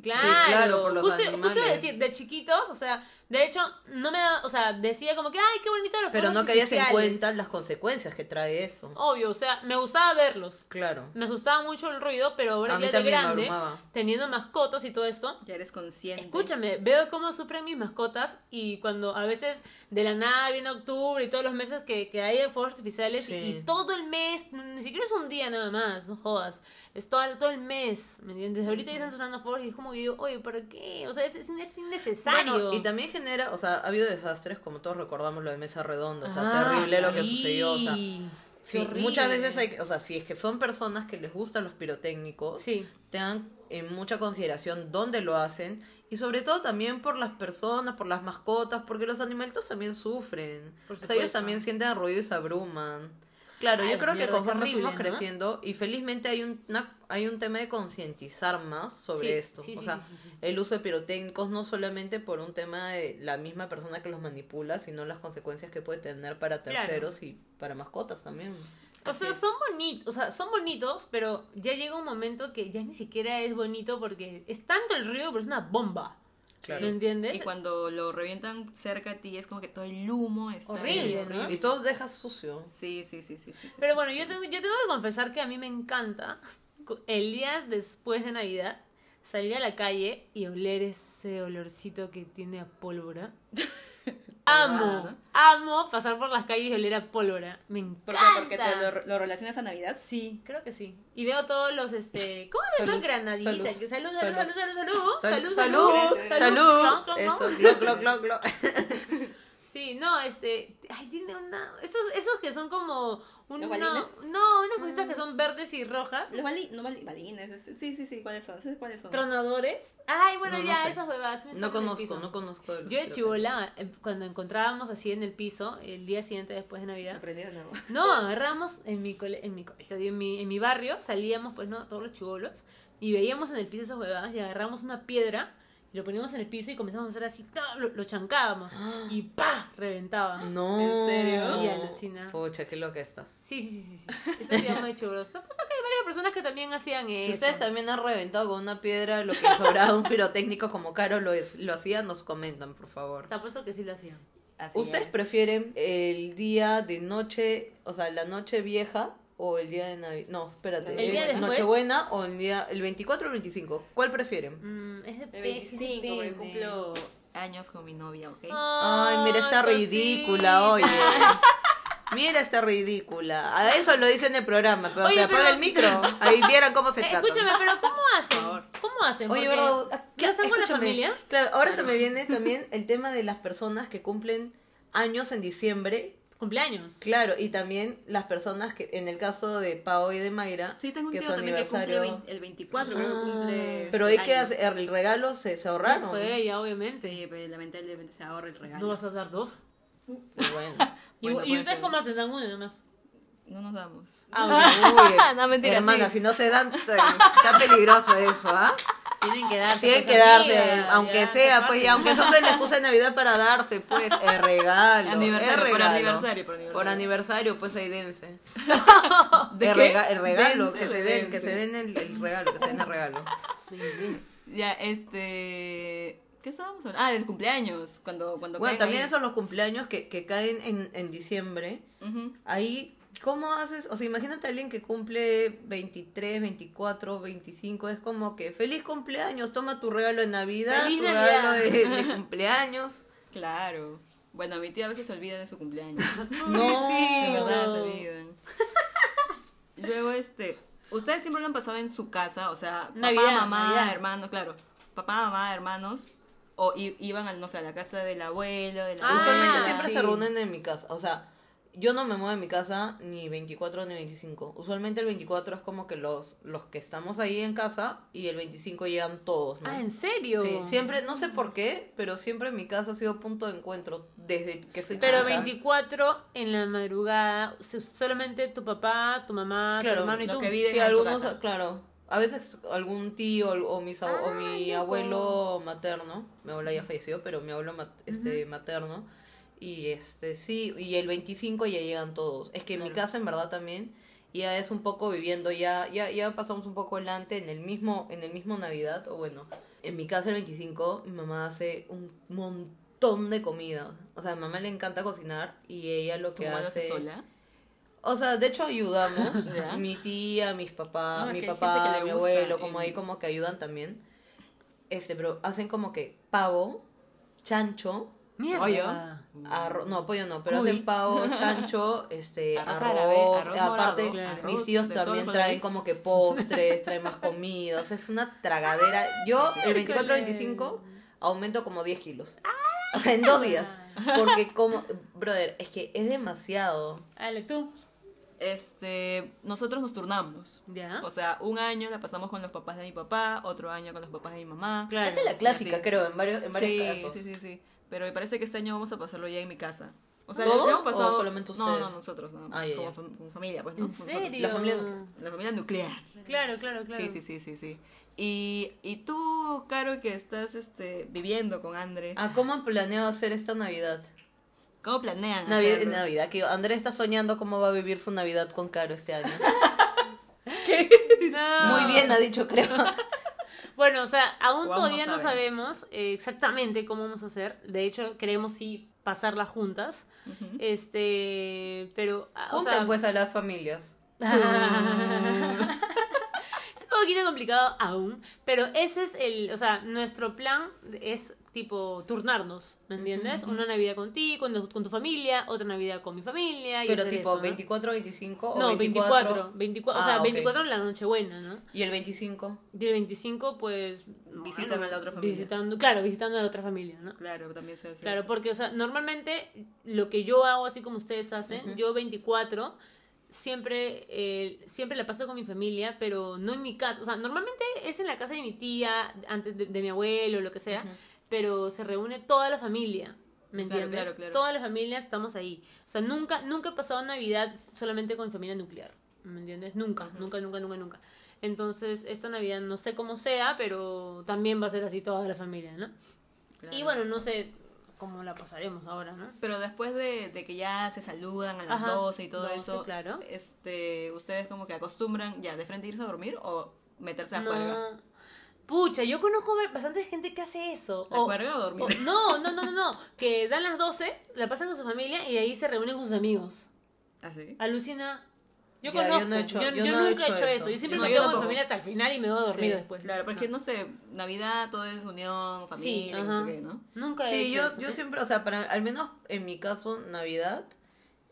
B: Claro,
C: Sí, claro, por los
B: justo, justo
C: animales.
B: iba a decir, de chiquitos, o sea, de hecho, no me da, o sea, decía como que, ay, qué bonito los
C: Pero
B: fuegos
C: no caías en
B: artificiales".
C: cuenta las consecuencias que trae eso.
B: Obvio, o sea, me gustaba verlos.
C: Claro.
B: Me asustaba mucho el ruido, pero ahora
C: A mí
B: ya de
C: también me
B: grande,
C: abrumaba.
B: teniendo mascotas y todo esto,
A: Ya eres consciente.
B: Escúchame, veo cómo sufren mis mascotas y cuando a veces de la nada viene octubre y todos los meses que, que hay de fuegos artificiales
C: Sí.
B: y, y todo el mes, ni siquiera es un día nada más, no jodas, es todo, todo el mes, ¿me entiendes? Ahorita ya están sonando fuegos y es como que digo, oye, ¿para qué? O sea, es, es- es innecesario.
C: Bueno, y también genera, o sea, ha habido desastres, como todos recordamos lo de Mesa Redonda, o sea,
B: Ah,
C: terrible lo que
B: sí.
C: sucedió, o sea,
B: Qué
C: sí,
B: horrible.
C: muchas veces hay, que- o sea, si es que son personas que les gustan los pirotécnicos,
B: Sí,
C: tengan en mucha consideración dónde lo hacen y sobre todo también por las personas, por las mascotas, porque los animalitos también sufren.
B: Por
C: O sea, ellos
B: supuesto.
C: también sienten ruido y se abruman. Claro,
B: Ay,
C: yo creo que
B: mierda,
C: conforme
B: qué horrible,
C: fuimos
B: ¿no?
C: creciendo y felizmente hay un una- hay un tema de concientizar más sobre
B: Sí,
C: esto,
B: sí,
C: o
B: sí,
C: sea,
B: sí, sí, sí.
C: el uso de pirotécnicos no solamente por un tema de la misma persona que los manipula, sino las consecuencias que puede tener para
B: Claro.
C: terceros y para mascotas también.
B: O sea,
A: Así es.
B: son bonitos, o sea, son bonitos, pero ya llega un momento que ya ni siquiera es bonito porque es tanto el ruido, pero es una bomba.
C: Claro.
B: ¿Me entiendes?
A: Y cuando lo revientan cerca a ti, es como que todo el humo está
B: Horrible, ¿no?
C: Y todos dejas sucio.
A: Sí, sí, sí, sí, sí, sí.
B: Pero bueno, yo tengo, yo tengo que confesar que a mí me encanta cu- el día después de Navidad salir a la calle y oler ese olorcito que tiene a pólvora.
A: Pólvora,
B: Amo,
A: ¿no?
B: amo pasar por las calles y oler a pólvora. Me
A: ¿Por
B: encanta.
A: qué? Porque te lo, lo relacionas a Navidad.
B: Sí, creo que sí. Y veo todos los, este, ¿cómo se llama?
C: Salud,
B: Granadita.
C: salud,
B: que salud, salud, salud,
C: salud.
B: salud, salud, salud,
C: Salud, salud,
A: salud,
C: salud.
B: clon, clon,
C: Eso,
B: clon.
C: clon, clon, clon, clon.
B: Sí, no, este, ay, tiene una, esos, esos que son como, un,
A: ¿Los
B: no, no,
A: balines?
B: unas cositas
C: Mm.
B: que son verdes y rojas.
A: Los bali- no bali- balines, este, sí, sí, sí, ¿cuáles son? Sí, ¿Cuáles son?
B: Tronadores. Ay, bueno,
C: No, no
B: ya,
C: sé.
B: esas huevadas. me
C: No
B: sacan del
C: conozco,
B: piso.
C: no conozco. de los
B: Yo de
C: pirotécnicos.
B: chivola, eh, cuando encontrábamos así en el piso, el día siguiente después de Navidad,
A: Aprendí de nuevo.
B: no, agarramos en mi, cole- en mi colegio, digo, en mi, en mi barrio, salíamos, pues, ¿no? Todos los chivolos, y veíamos en el piso esas huevadas, y agarramos una piedra, y lo poníamos en el piso y comenzamos a hacer así, ¡tá! lo, lo chancábamos, y ¡pa! Reventaba.
C: No.
A: ¿En serio?
B: Y alucina.
C: Pucha, qué loca estás.
B: Sí, sí, sí, sí, sí. Eso hacíamos de chivolos. Tampoco que hay varias personas que también hacían eso.
C: Si ustedes también han reventado con una piedra lo que sobraba de un pirotécnico como Caro lo, es- lo hacía, nos comentan, por favor.
B: Te apuesto que sí lo hacían.
A: Así
C: ¿Ustedes
A: es.
C: prefieren el día de noche, o sea, la noche vieja o el día de Navidad? No, espérate.
A: El día
C: eh,
B: después.
C: ¿Nochebuena o el día, el 24 o el 25? ¿Cuál prefieren?
B: Mm, es de
A: El 25, porque cumplo años con mi novia, ¿ok?
C: Ay, mira, está ridícula, oye.
B: Eh,
C: Mira, está ridícula. A eso lo dice en el programa, pero
B: Oye,
C: se apaga
B: pero-
C: el micro. Ahí vieran cómo se trata.
B: escúchame, pero ¿cómo hacen?
A: favor.
B: ¿Cómo hacen?
C: Oye,
B: Porque
C: ¿verdad?
B: ¿Ya están con la
C: Escúchame.
B: familia?
C: Claro, ahora se me viene también el tema de las personas que cumplen años en diciembre.
B: Cumpleaños.
C: Claro, y también las personas que, en el caso de Pao y de Mayra,
A: Sí, tengo un
C: que
A: tío
C: su
A: también que cumple
C: aniversario.
A: vein- el 24, creo que
B: Ah.
A: cumple. este
C: Pero ahí que
A: años.
C: hace- el regalo se, se ahorraron.
B: Fue ella, obviamente.
A: Sí, pero lamentablemente se ahorra el regalo.
B: No vas a dar dos.
C: Y bueno.
B: ¿Y,
A: Bueno,
B: y
A: puede
B: ustedes
A: ser.
B: cómo hacen? Dan uno nomás.
A: No nos damos.
B: Ah,
C: Uy,
A: No, mentira,
C: hermana,
A: sí.
C: si no se dan, está peligroso eso, ¿ah?
B: Tienen que darse.
C: Tienen
B: pues,
C: que darse,
B: amiga,
C: aunque
B: ya,
C: sea,
B: qué
C: pues, y
B: fácil.
C: aunque eso se le puso en Navidad para darse, pues, el regalo.
A: Aniversario,
C: el
A: por
C: regalo.
A: aniversario, por aniversario.
C: Por aniversario, pues, ahí dense.
A: Ah, ¿De
C: el,
A: qué?
C: rega- el regalo,
A: Dense,
C: que se den, que
A: dense.
C: se den el, el regalo, que se den el regalo.
A: Ya, este. ¿Qué estábamos hablando? Ah, del cumpleaños. Cuando, cuando
C: Bueno,
A: caen
C: también
A: ahí.
C: son los cumpleaños que, que caen en, en diciembre.
A: Ujú.
C: Ahí, ¿cómo haces? O sea, imagínate a alguien que cumple 23, 24, 25. Es como que, feliz cumpleaños, toma tu regalo de Navidad,
B: ¡Feliz
C: tu regalo
B: Navidad!
C: de, de cumpleaños.
A: Claro. Bueno, mi tía a veces se olvida de su cumpleaños.
C: No,
A: De verdad, se
B: No.
A: olvidan. Luego, este. Ustedes siempre lo han pasado en su casa, o sea,
B: Navidad,
A: papá, mamá,
B: Navidad.
A: hermano, claro. Papá, mamá, hermanos. O i- iban, al, no sé, a la casa del abuelo, de la
B: Ah,
A: abuela.
C: Usualmente siempre
B: sí.
C: se reúnen en mi casa. O sea, yo no me muevo de mi casa ni 24 ni 25. Usualmente el 24 es como que los, los que estamos ahí en casa y el 25 llegan todos, ¿no?
B: Ah, ¿en serio?
C: Sí, siempre, no sé por qué, pero siempre mi casa ha sido punto de encuentro desde que soy
B: Pero
C: chica.
B: 24 en la madrugada, se- solamente tu papá, tu mamá,
C: Claro,
B: tu hermano y
A: lo
B: tú.
A: que viven
C: Sí,
A: en tu
C: algunos,
A: casa.
C: claro. A veces algún tío o o mis ab- o
B: Ah,
C: mi
B: loco.
C: abuelo materno, mi abuela ya falleció, pero mi abuelo mat- este, materno y este sí, y el 25 ya llegan todos. Es que en mi
A: Claro.
C: casa en verdad también ya es un poco viviendo ya ya ya pasamos un poco adelante en el mismo en el mismo Navidad o bueno, en mi casa el 25 mi mamá hace un montón de comida. O sea, a mi mamá le encanta cocinar y ella lo
A: ¿Tu
C: que
A: mamá lo
C: hace
A: hace sola?
C: o sea, de hecho ayudamos.
A: Ya.
C: mi tía, mis papás,
A: No, es
C: mi
A: que hay gente
C: papá,
A: que le
C: mi
A: gusta
C: abuelo, como
A: el-
C: ahí como que ayudan también. Este, pero hacen como que pavo, chancho,
B: Mierda.
A: Oye.
C: arroz, no, pollo no, pero
A: Uy.
C: hacen pavo, chancho, este,
A: Arroz
C: arroz,
A: árabe, arroz
C: eh, aparte
A: morado,
B: Claro.
C: mis
A: arroz
C: tíos
A: de todos
C: también
A: los
C: traen
A: colores.
C: como que postres, traen más comidas, es una
A: Ah,
C: tragadera. Yo el 24 25 aumento como 10 kilos. O sea, en dos días. Porque como, brother, es que es demasiado.
B: Ah, Ale, tú.
A: Este, nosotros nos turnamos.
B: Ya.
A: O sea, un año la pasamos con los papás de mi papá, otro año con los papás de mi mamá.
B: Claro.
C: Esa es la clásica,
A: Sí.
C: creo, en varios, en varios
A: sí,
C: casos.
A: sí, sí, sí. Pero me parece que este año vamos a pasarlo ya en mi casa. O sea,
C: ¿Todos
A: ya hemos pasado...
C: o solamente
A: No, no,
C: ustedes?
A: nosotros, no,
C: Ah, ya,
A: como,
C: ya.
A: fam- como familia, pues no.
B: ¿En
A: Nosotros.
B: serio?
C: La familia-
A: La familia nuclear.
B: Claro, claro, claro.
A: Sí, sí, sí, sí, sí. Y, y tú, Caro, que estás este, viviendo con André,
B: Ah.
C: ¿A Ah, cómo han planeado hacer esta Navidad?
A: ¿cómo planean
C: Navi-
A: hacerlo?
C: Navidad, que Andrés está soñando cómo va a vivir su Navidad con Caro este año.
B: No.
C: Muy bien, ha dicho, creo.
B: Bueno, o sea, aún
A: O aún
B: todavía
A: no
B: no,
A: saben.
B: sabemos eh, exactamente cómo vamos a hacer. De hecho, queremos sí pasarlas juntas.
A: Ujú.
B: Este, pero... ah, o
C: Junten
B: sea,
C: pues a las familias.
B: es un poquito complicado aún, pero ese es el, o sea, nuestro plan es tipo turnarnos, ¿me entiendes?
A: Ujú.
B: Una Navidad contigo, con, tu- con tu familia, otra Navidad con mi familia. Y
C: Pero
B: hacer
C: tipo
B: eso, ¿no?
C: 24,
B: No,
C: 25 o
B: 24, 24, o sea,
C: Ah, ok.
B: 24 en la Nochebuena, ¿no?
C: Y el 25.
B: Y el 25, pues...
A: Visitan a la otra familia.
B: Visitando, claro, visitando a la otra familia, ¿no?
A: Claro, también se hace
B: Claro,
A: eso.
B: porque, o sea, normalmente lo que yo hago, así como ustedes hacen,
C: Ujú.
B: yo 24, siempre, eh, siempre la paso con mi familia, pero no en mi casa. O sea, normalmente es en la casa de mi tía, antes de, de mi abuelo, lo que sea,
C: Ujú.
B: pero se reúne toda la familia. ¿Me
A: Claro,
B: entiendes?
A: claro, claro.
B: Toda la familia estamos ahí. O sea, nunca, nunca he pasado Navidad solamente con mi familia nuclear. ¿Me entiendes? Nunca,
A: Ujú.
B: nunca, nunca, nunca, nunca. Entonces, esta Navidad no sé cómo sea, pero también va a ser así toda la familia, ¿no?
A: Claro.
B: Y bueno, no sé cómo la pasaremos ahora, ¿no?
A: Pero después de, de que ya se saludan a las
B: Ajá,
A: 12 y todo
B: 12,
A: eso,
B: claro.
A: este, ¿ustedes como que acostumbran ya de frente irse a dormir o meterse a juerga?
B: No. Pucha, yo conozco ba- bastante gente que hace eso.
A: ¿La juerga o dormir?
B: o- no, no, no, no, no. Que dan las 12, la pasan con su familia y de ahí se reúnen con sus amigos.
A: ¿Así?
B: Alucina. Yo
C: Ya, yo
B: conozco. Yo,
C: no he hecho- yo
B: yo
C: no he
B: nunca he
C: hecho
B: hecho eso.
C: eso.
B: Yo siempre
A: No,
B: me
A: yo
B: quedo con mi
A: tampoco.
B: familia hasta el final y me voy a dormir
C: Sí,
B: después.
A: Claro, porque
B: No.
A: no. sé, Navidad todo es unión, familia, y
B: ajá.
A: no sé qué, ¿no?
B: Nunca he
C: Sí,
B: hecho
C: yo,
B: eso.
C: yo siempre, o sea, para, al menos en mi caso, Navidad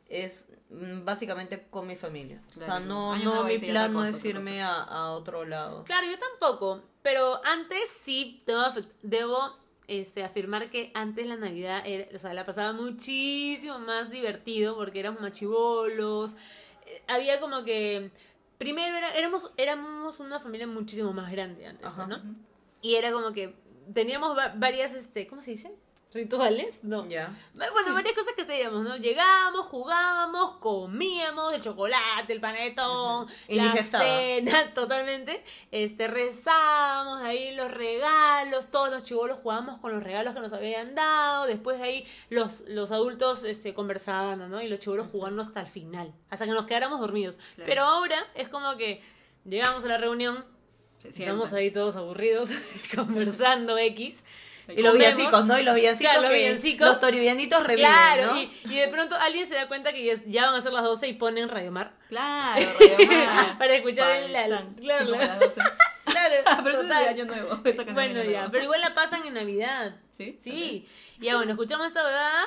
C: es mm, básicamente con mi familia. O
A: Claro.
C: sea, no,
A: Año Nuevo
C: no mi
A: ahí sí,
C: plan
A: otra
C: no
A: cosa,
C: es
A: otra
C: irme a, a otro lado.
B: Claro, yo tampoco. Pero antes sí debo, afec- debo este, afirmar que antes la Navidad era- o sea, la pasaba muchísimo más divertido porque éramos machibolos. eh, Había como que. Primero era- éramos, éramos una familia muchísimo más grande antes, pues,
C: Ajá.
B: ¿no? Y era como que teníamos va- varias, este, ¿cómo se dice? ¿Rituales? No.
C: Ya.
B: Bueno, varias cosas que hacíamos, ¿no? Llegábamos, jugábamos, comíamos el chocolate, el panetón,
C: Ujú.
B: la
C: Indigestado.
B: cena, totalmente. Este, rezábamos ahí los regalos, todos los chivolos jugábamos con los regalos que nos habían dado. Después de ahí los, los adultos este, conversaban, ¿no? Y los chivolos jugando hasta el final, hasta que nos quedáramos dormidos.
A: Claro.
B: Pero ahora es como que llegamos a la reunión,
A: Se
B: estamos
A: sientan.
B: ahí todos aburridos, conversando X.
C: Y los
B: Comemos.
C: villancicos, ¿no? Y los villancicos.
B: Claro, los
C: que-
B: villancicos.
C: los toribianitos reviven,
B: Claro,
C: ¿no?
B: y, y de pronto alguien se da cuenta que ya, es- ya van a ser las 12 y ponen Radio Mar.
A: Claro, Radio Mar.
B: Para escuchar el-
A: Faltan
B: claro.
A: cinco para las 12.
B: Claro,
A: Ah, pero eso es de
B: total.
A: Año Nuevo. Esa canción
B: Bueno,
A: de Año
B: ya,
A: Nuevo.
B: pero igual la pasan en Navidad.
A: ¿Sí?
B: Sí, ya bueno, escuchamos esa verdad.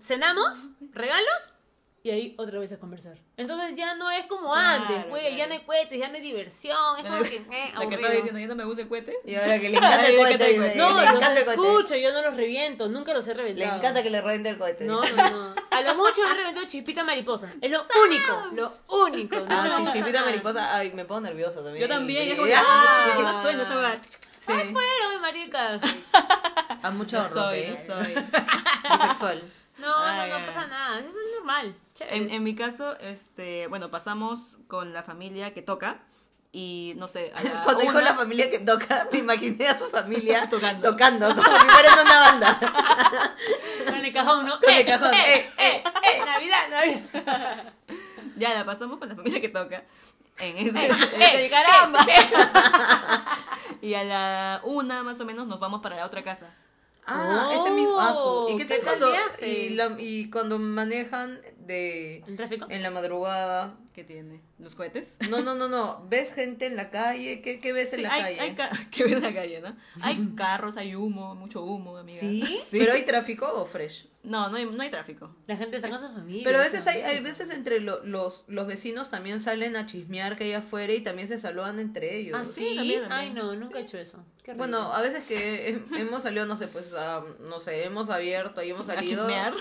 B: cenamos, eh, regalos y ahí otra vez a conversar. Entonces ya no es como
A: Claro,
B: antes, pues,
A: claro.
B: ya no hay cohetes, ya no hay diversión, es
A: La
B: como
A: que-
B: que, eh,
A: La que
B: aburrido.
A: estaba diciendo, ya no me gusta el cohete.
C: Y ahora que le encanta el
A: Ay, le
C: cohete.
A: encanta el
C: dice,
A: cohete.
C: le
B: No, los
C: encanta el cohete.
B: escucho, yo no los reviento, nunca los he
C: Le
B: reventado.
C: encanta que le reviente el cohete.
B: No,
C: dice.
B: no, no. A lo mucho he reventado chispita mariposa. Es lo único, lo único. no me
C: Ah, sí,
B: gusta
C: chispita
B: nada.
C: mariposa. Ay, me pongo nerviosa también.
A: Yo también, yo
C: Sí.
A: como que,
C: ¡Ah!
A: y encima suena esa hueá.
C: Sí.
B: Pero, ay, maricas.
C: A mucho
A: No
C: horror.
A: soy,
C: ¿eh?
A: no soy.
C: Bisexual.
B: No,
A: Ay,
B: no,
A: ay.
B: no pasa nada. Eso es normal. Chévere.
A: En, en mi caso, este, bueno, pasamos con la familia que toca y no sé, a la
C: Cuando dijo
A: una-
C: la familia que toca, me imaginé a su familia
A: Tocando.
C: tocando como si fueran una banda.
B: Con el cajón, ¿no?
C: Con el
B: Eh,
C: cajón,
B: eh,
C: eh,
B: eh, eh, Navidad, Navidad.
A: ya la pasamos con la familia que toca en ese, en
B: Eh,
A: ese- caramba.
B: eh, eh.
A: Y a la una más o menos nos vamos para la otra casa.
B: Oh,
C: Ah, ese mismo. Ah, su- ¿Y qué
B: ¿qué
C: tal
B: tal
C: cuando,
B: viaje?
C: y, la- y cuando manejan de
B: ¿En tráfico?
C: en la madrugada?
A: ¿Qué tiene? ¿Los cohetes?
C: No, no, no, no. ¿Ves gente en la calle? ¿Qué, qué ves en
A: Sí,
C: la
A: hay,
C: calle?
A: hay ca- que ven la calle, ¿no? Hay carros, hay humo, mucho humo, amiga.
B: ¿Sí?
C: ¿Pero hay tráfico o fresh?
A: No, no hay, no hay tráfico.
B: La gente está con su familia.
C: Pero a veces hay, hay veces entre lo- los, los vecinos también salen a chismear que hay afuera y también se saludan entre ellos.
B: ¿Ah, sí?
A: Sí, también, también.
B: Ay, no, nunca he hecho eso. Qué horrible.
C: Bueno, a veces que he- hemos salido, no sé, pues, a- no sé, hemos abierto y hemos
A: ¿A
C: salido.
A: chismear?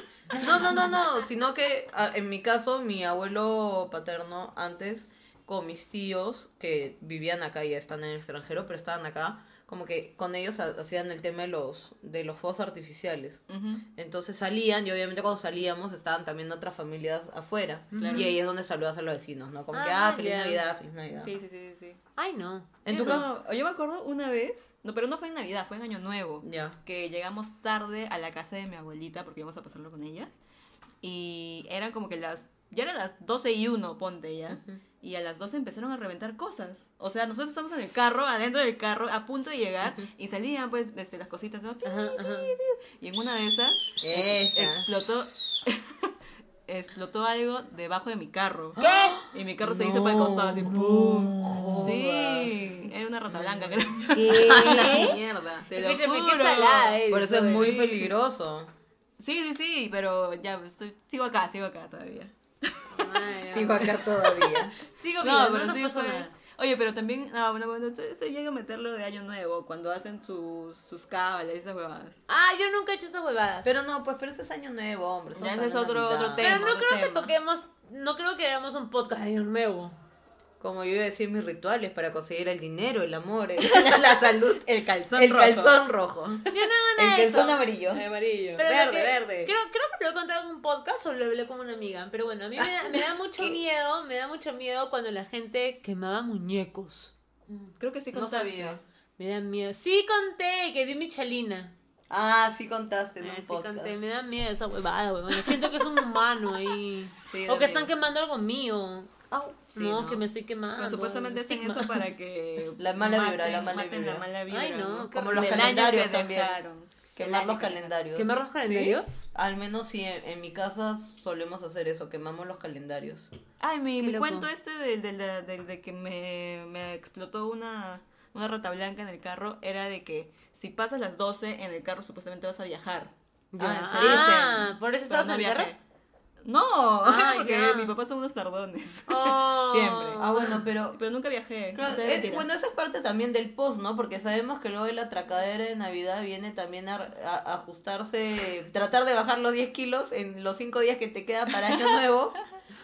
C: No, no, no, no, sino que a- en mi caso, mi abuelo paterno antes, con mis tíos que vivían acá y ya están en el extranjero, pero estaban acá, como que con ellos ha- hacían el tema de los, de los fuegos artificiales.
A: Ujú.
C: Entonces salían y obviamente cuando salíamos estaban también otras familias afuera.
A: Claro.
C: Y ahí es donde saludas a los vecinos, ¿no? Como que,
B: Ah,
C: ah, feliz
B: ya.
C: Navidad, feliz Navidad.
A: Sí, sí, sí, sí, sí.
B: Ay, no.
C: En tu
B: Qué horror.
A: No, yo me acuerdo una vez, no, pero no fue en Navidad, fue en Año Nuevo.
C: Ya.
A: que llegamos tarde a la casa de mi abuelita porque íbamos a pasarlo con ella. Y eran como que las. Ya eran las 12 y 1, ponte ya.
C: Ujú.
A: Y a las 12 empezaron a reventar cosas. O sea, nosotros estamos en el carro, adentro del carro, a punto de llegar. Y salían, pues, este, las cositas. ¿no?
B: Ajá, ajá.
A: Y en una de esas ex-
C: Esa.
A: explotó. explotó algo debajo de mi carro.
B: ¿Qué?
A: Y mi carro se hizo para el
C: No,
A: costado, así,
C: no
A: ¡pum! Sí,
C: jodas.
A: era una rata blanca, creo.
B: ¿Qué?
C: Mierda.
A: Te lo
B: Escúchame, qué
A: juro.
B: salada eh. eres,
C: Por eso es
B: oye.
C: muy
A: Sí.
C: peligroso.
A: Sí, sí, sí, pero ya estoy, sigo acá, sigo acá todavía.
B: Ay, ay.
C: acá todavía.
B: Sigo viva,
A: No, pero
B: nos
A: sí
B: pasó
A: fue.
B: nada.
A: Oye, pero también, no, bueno, bueno, se, se llega a meterlo de año nuevo, cuando hacen sus, sus cábalas, esas huevadas.
B: Ah, yo nunca he hecho esas huevadas.
C: Pero no, pues, pero ese es año nuevo, hombre.
A: Ya,
C: estamos
A: ese es
C: hablando de
A: otro-
C: Navidad.
A: otro
B: Pero no
A: Tema,
B: creo que
A: tema.
B: toquemos, no creo que hagamos un podcast de año nuevo.
C: Como yo iba a decir, mis rituales para conseguir el dinero, el amor, el- la salud,
A: El calzón
C: el
A: rojo. Eh,
C: calzón rojo,
B: Yo no hago
C: el
B: nada de eso.
C: calzón amarillo.
A: Amarillo.
B: Pero lo
A: verde,
B: que-
A: verde.
B: Creo, creo que lo he contado en un podcast o lo hablé con una amiga. Pero bueno, a mí me da, me da mucho miedo, me da mucho miedo cuando la gente quemaba muñecos.
A: Creo que sí
C: No
A: contaste.
C: sabía.
B: Me da miedo. Sí conté que di mi chalina.
C: Ah, sí contaste en
B: Ah,
C: un
B: sí
C: podcast.
B: conté, me da miedo esa huevada, huevón. Siento que es un humano ahí.
A: Sí,
B: o que
A: da
B: están
A: miedo.
B: quemando algo mío.
C: Au.
A: Sí,
B: no,
A: no.
B: que me estoy quemando.
A: Pero supuestamente
B: Sí,
A: hacen eso para que.
C: La mala vibra, la mala
A: maten
C: vibra.
A: la mala vibra.
B: Ay, no, qué
C: Como los
A: Del año
C: calendarios
A: que
C: también.
A: dejaron.
C: Quemar
A: Del año
C: los
A: que
C: calendarios.
B: ¿Quemar los calendarios?
C: Al menos sí, en, en mi casa solemos hacer eso, quemamos los calendarios.
A: Ay, mi,
B: Qué
A: mi
B: loco.
A: cuento este del, del, del, de que me, me explotó una, una rata blanca en el carro era de que si pasas las 12 en el carro supuestamente vas a viajar.
C: Ah,
B: Ya.
C: en serio.
B: Ah,
A: Dicen,
B: por eso
A: pero
B: estabas en el
A: viajé.
B: carro.
A: No,
B: Ah,
A: porque
B: ya.
A: mi papá son unos tardones.
B: Oh.
A: Siempre.
C: Ah, bueno, pero...
A: Pero nunca viajé.
C: claro,
A: o sea,
C: es-
A: mentira.
C: bueno, esa es parte también del post, ¿no? Porque sabemos que luego el atracadero de Navidad viene también a, a- a ajustarse, tratar de bajar los 10 kilos en los 5 días que te queda para Año Nuevo.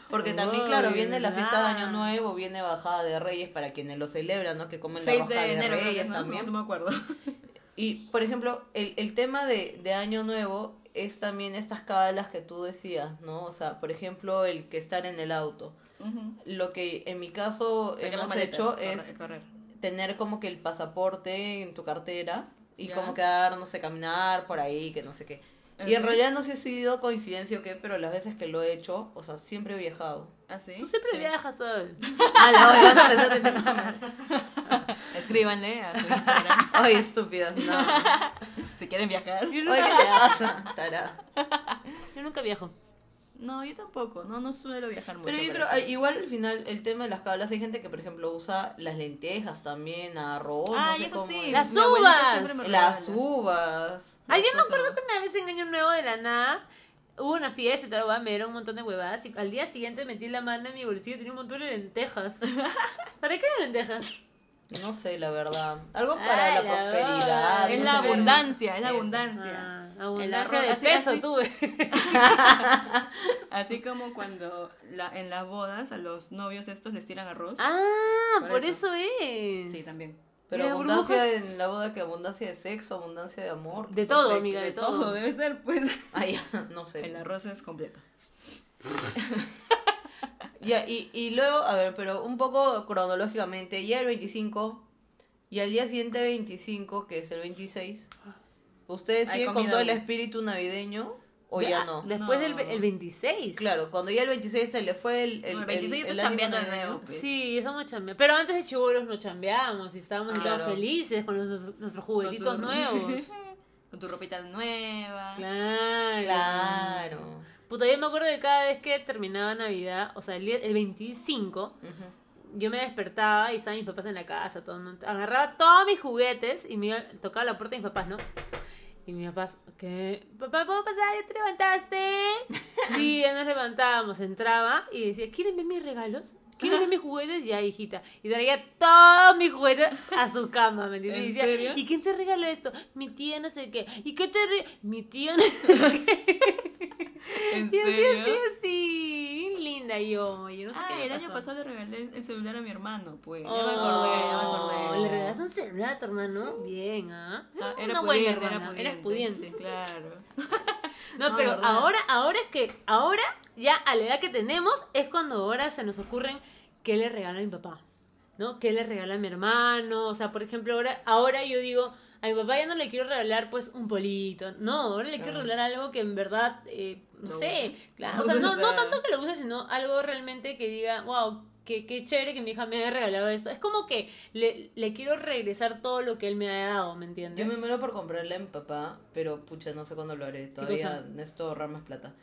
C: Porque también,
B: Oh,
C: claro, viene la fiesta de Año
B: ¿verdad?
C: Nuevo, viene bajada de Reyes para quienes lo celebran, ¿no? Que comen la
A: 6
C: rosca
A: de
C: de,
A: enero, creo que,
C: Reyes
A: ¿no?
C: también.
A: No, no me acuerdo.
C: Y, por ejemplo, el, el tema de, de Año Nuevo es también estas cábalas que tú decías, ¿no? O sea, por ejemplo, el que estar en el auto.
A: Ujú.
C: Lo que en mi caso
A: Sacar las
C: hemos
A: maletas,
C: hecho
A: correr,
C: es
A: correr.
C: tener como que el pasaporte en tu cartera y
A: Ya.
C: como quedar, no sé, caminar por ahí, que no sé qué. Y en
A: Ujú.
C: realidad no sé si ha sido coincidencia o qué, pero las veces que lo he hecho, o sea, siempre he viajado.
A: ¿Ah, sí?
B: Tú siempre
C: Sí.
B: viajas, Sol.
C: Ah, la hora, vas a pensar que te-
A: Escríbanle a su Instagram
C: Ay, estúpidas, no.
A: si quieren viajar.
B: Yo
C: Oye,
B: nunca,
C: ¿qué te pasa? Tarada.
B: yo nunca viajo.
A: No, yo tampoco. No, no suelo viajar mucho.
C: Pero yo creo,
A: sí.
C: ah, igual al final, el tema de las cablas, hay gente que, por ejemplo, usa las lentejas también, arroz,
A: Ah,
C: no sé
A: eso
C: cómo
A: sí.
C: es.
B: Las
A: mi abuelita
B: uvas.
A: siempre me
C: las
A: regala.
C: uvas.
B: Ay, yo me
A: cosas.
B: acuerdo que una vez en Año Nuevo de la nada, Hubo una fiesta y todo, me dieron un montón de huevadas. Y al día siguiente metí la mano en mi bolsillo y tenía un montón de lentejas. ¿Para qué de lentejas?
C: No sé, la verdad. Algo para
B: Ah, la
C: la prosperidad.
B: verdad.
A: Es
C: no
A: la
C: sabemos.
A: abundancia, es la
C: Eso.
A: abundancia.
B: Ah,
A: El
B: abundancia
A: arroz,
B: de
A: así-
B: peso
A: así-
B: tuve.
A: Así como cuando la- en las bodas a los novios estos les tiran arroz.
B: Ah,
A: Por
B: por,
A: eso.
B: eso. es.
A: Sí, también.
C: Pero
B: Las
C: abundancia
B: burbujas-
C: en la boda que abundancia de sexo, abundancia de amor.
B: De todo,
A: De-
B: amiga, de,
A: de
B: todo.
A: debe ser, pues.
C: Ay, no
A: El
C: sé.
A: arroz es completo.
C: Ya, y, y luego, a ver, pero un poco cronológicamente, ya el 25 y al día siguiente 25, que es el 26, ¿ustedes
A: Hay
C: siguen con
A: comida
C: todo el
A: doble.
C: espíritu navideño o
B: Ya,
C: ya no?
B: Después
A: No.
B: del ve- el 26.
C: Claro, cuando ya el 26 se le fue el... El,
A: No, el 26
C: el-
A: está
C: el ánimo
A: chambeando de
C: navideño.
A: nuevo. pues.
B: Sí, estamos chambeando. Pero antes de chivolos no chambeamos y estábamos y
C: Claro.
B: todos felices con los- nuestros juguetitos
A: Con tu-
B: nuevos.
A: Con tu ropita nueva.
B: Claro.
C: Claro.
B: Puta, yo me acuerdo de cada vez que terminaba Navidad, o sea, el, día- el 25,
C: Ujú.
B: yo me despertaba y estaban mis papás en la casa, todo, ¿no? agarraba todos mis juguetes y me iba- tocaba la puerta de mis papás, ¿no? Y mi papá, ¿qué? Papá, ¿puedo pasar? ¿Ya te levantaste? Sí, ya nos levantábamos, entraba y decía, ¿quieren ver mis regalos? ¿Quieren ver mis juguetes? Ya, hijita. Y traía todos mis juguetes a su cama, ¿me entiendes?
A: ¿En
B: Y decía,
A: serio?
B: ¿y quién te regaló esto? Mi tía no sé qué. ¿Y qué te re- Mi tía no sé qué.
A: ¿En
B: Y así,
A: serio?
B: así, así. bien Linda yo. Yo no sé
A: Ah,
B: qué me
A: el año
B: pasó.
A: pasado le regalé el celular a mi hermano, pues.
B: Oh,
A: ya me acordé, ya me acordé.
B: Le regalaste un celular a tu hermano. Bien, ¿ah?
A: Ah,
B: Eres
A: era,
B: una buena
A: pudiente, era
B: hermana,
A: pudiente,
B: Eras pudiente.
A: Claro.
B: No,
A: No,
B: pero
A: verdad.
B: ahora, ahora es que, ahora, ya a la edad que tenemos, es cuando ahora se nos ocurren qué le regalo a mi papá, ¿no? ¿Qué le regala a mi hermano? O sea, por ejemplo, ahora, ahora yo digo, a mi papá ya no le quiero regalar, pues, un polito. No, ahora le quiero
C: Claro.
B: regalar algo que en verdad, eh, no
A: Lo
B: sé,
A: use.
B: claro, o sea, no,
A: O
B: no
A: sea.
B: tanto que lo use, sino algo realmente que diga, wow, qué, qué chévere que mi hija me haya regalado esto. Es como que le, le quiero regresar todo lo que él me ha dado, ¿me entiendes?
C: Yo me muero por comprarle a mi papá, pero pucha, no sé cuándo lo haré.
B: cosa?
C: Todavía necesito ahorrar más plata.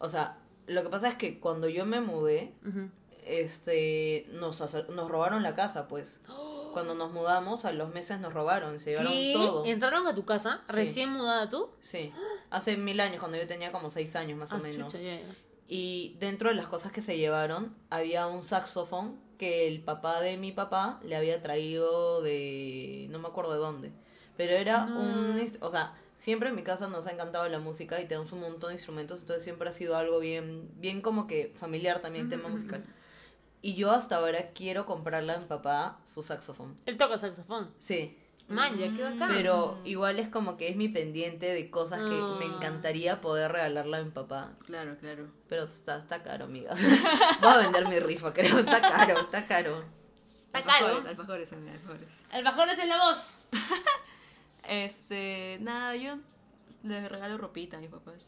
C: O sea, lo que pasa es que cuando yo me mudé,
B: Ujú.
C: este, nos, asa- nos robaron la casa, pues. Cuando nos mudamos, a los meses nos robaron, se llevaron
B: ¿Qué?
C: todo.
B: ¿Entraron a tu casa?
C: Sí.
B: ¿Recién mudada tú?
C: Sí, hace mil años, cuando yo tenía como seis años más o
B: Ah,
C: menos.
B: chucha, ya, ya.
C: Y dentro de las cosas que se llevaron, había un saxofón que el papá de mi papá le había traído de. no me acuerdo de dónde. Pero era
B: No.
C: un. inst- O sea, siempre en mi casa nos ha encantado la música y tenemos un montón de instrumentos, entonces siempre ha sido algo bien, bien como que familiar también el tema
B: Ujú,
C: musical. Y yo hasta ahora quiero comprarle a mi papá su saxofón.
B: Él toca saxofón.
C: Sí,
B: Man, ya quedó acá.
C: pero igual es como que es mi pendiente de cosas que me
B: Ah.
C: encantaría poder regalarle a mi papá.
A: Claro, claro.
C: Pero está, está caro, amigas. Voy a vender mi rifa, creo. Está caro, está caro.
B: Está caro.
A: Alfajores, alfajores, amiga, alfajores.
B: El bajón es en la voz.
A: Este, nada, yo les regalo ropita a mis papás.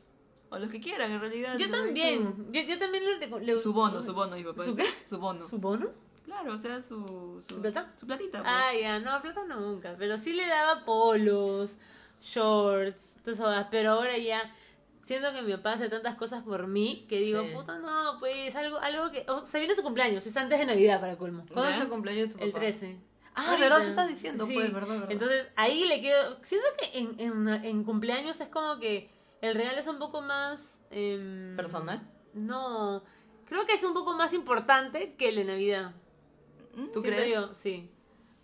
A: O los que quieran, en realidad.
B: Yo
A: ¿no?
B: también. Yo, yo también le, le-
A: Su bono, su bono, mis papás.
B: ¿Su qué?
A: Su bono.
B: ¿Su bono?
A: Claro, o sea, su...
B: ¿Su plata?
A: Su platita, pues.
B: Ah, ya, no, plata no nunca. Pero sí le daba polos, shorts, todas esas cosas. Pero ahora ya siento que mi papá hace tantas cosas por mí que digo,
C: Sí.
B: puta, no, pues algo, algo que. o, se viene su cumpleaños, es antes de Navidad para colmo.
C: ¿Cuándo
A: ¿Ya?
C: es el cumpleaños de tu papá?
B: El 13.
C: Ah,
B: Ahorita.
C: ¿verdad? Eso estás diciendo,
B: Sí.
C: pues, ¿verdad? verdad.
B: Entonces ahí le quiero. Siento que en, en, en cumpleaños es como que el regalo es un poco más. em,
C: ¿Personal?
B: No. Creo que es un poco más importante que el de Navidad.
A: Mm,
B: Siento
C: ¿Tú crees?
B: yo, sí.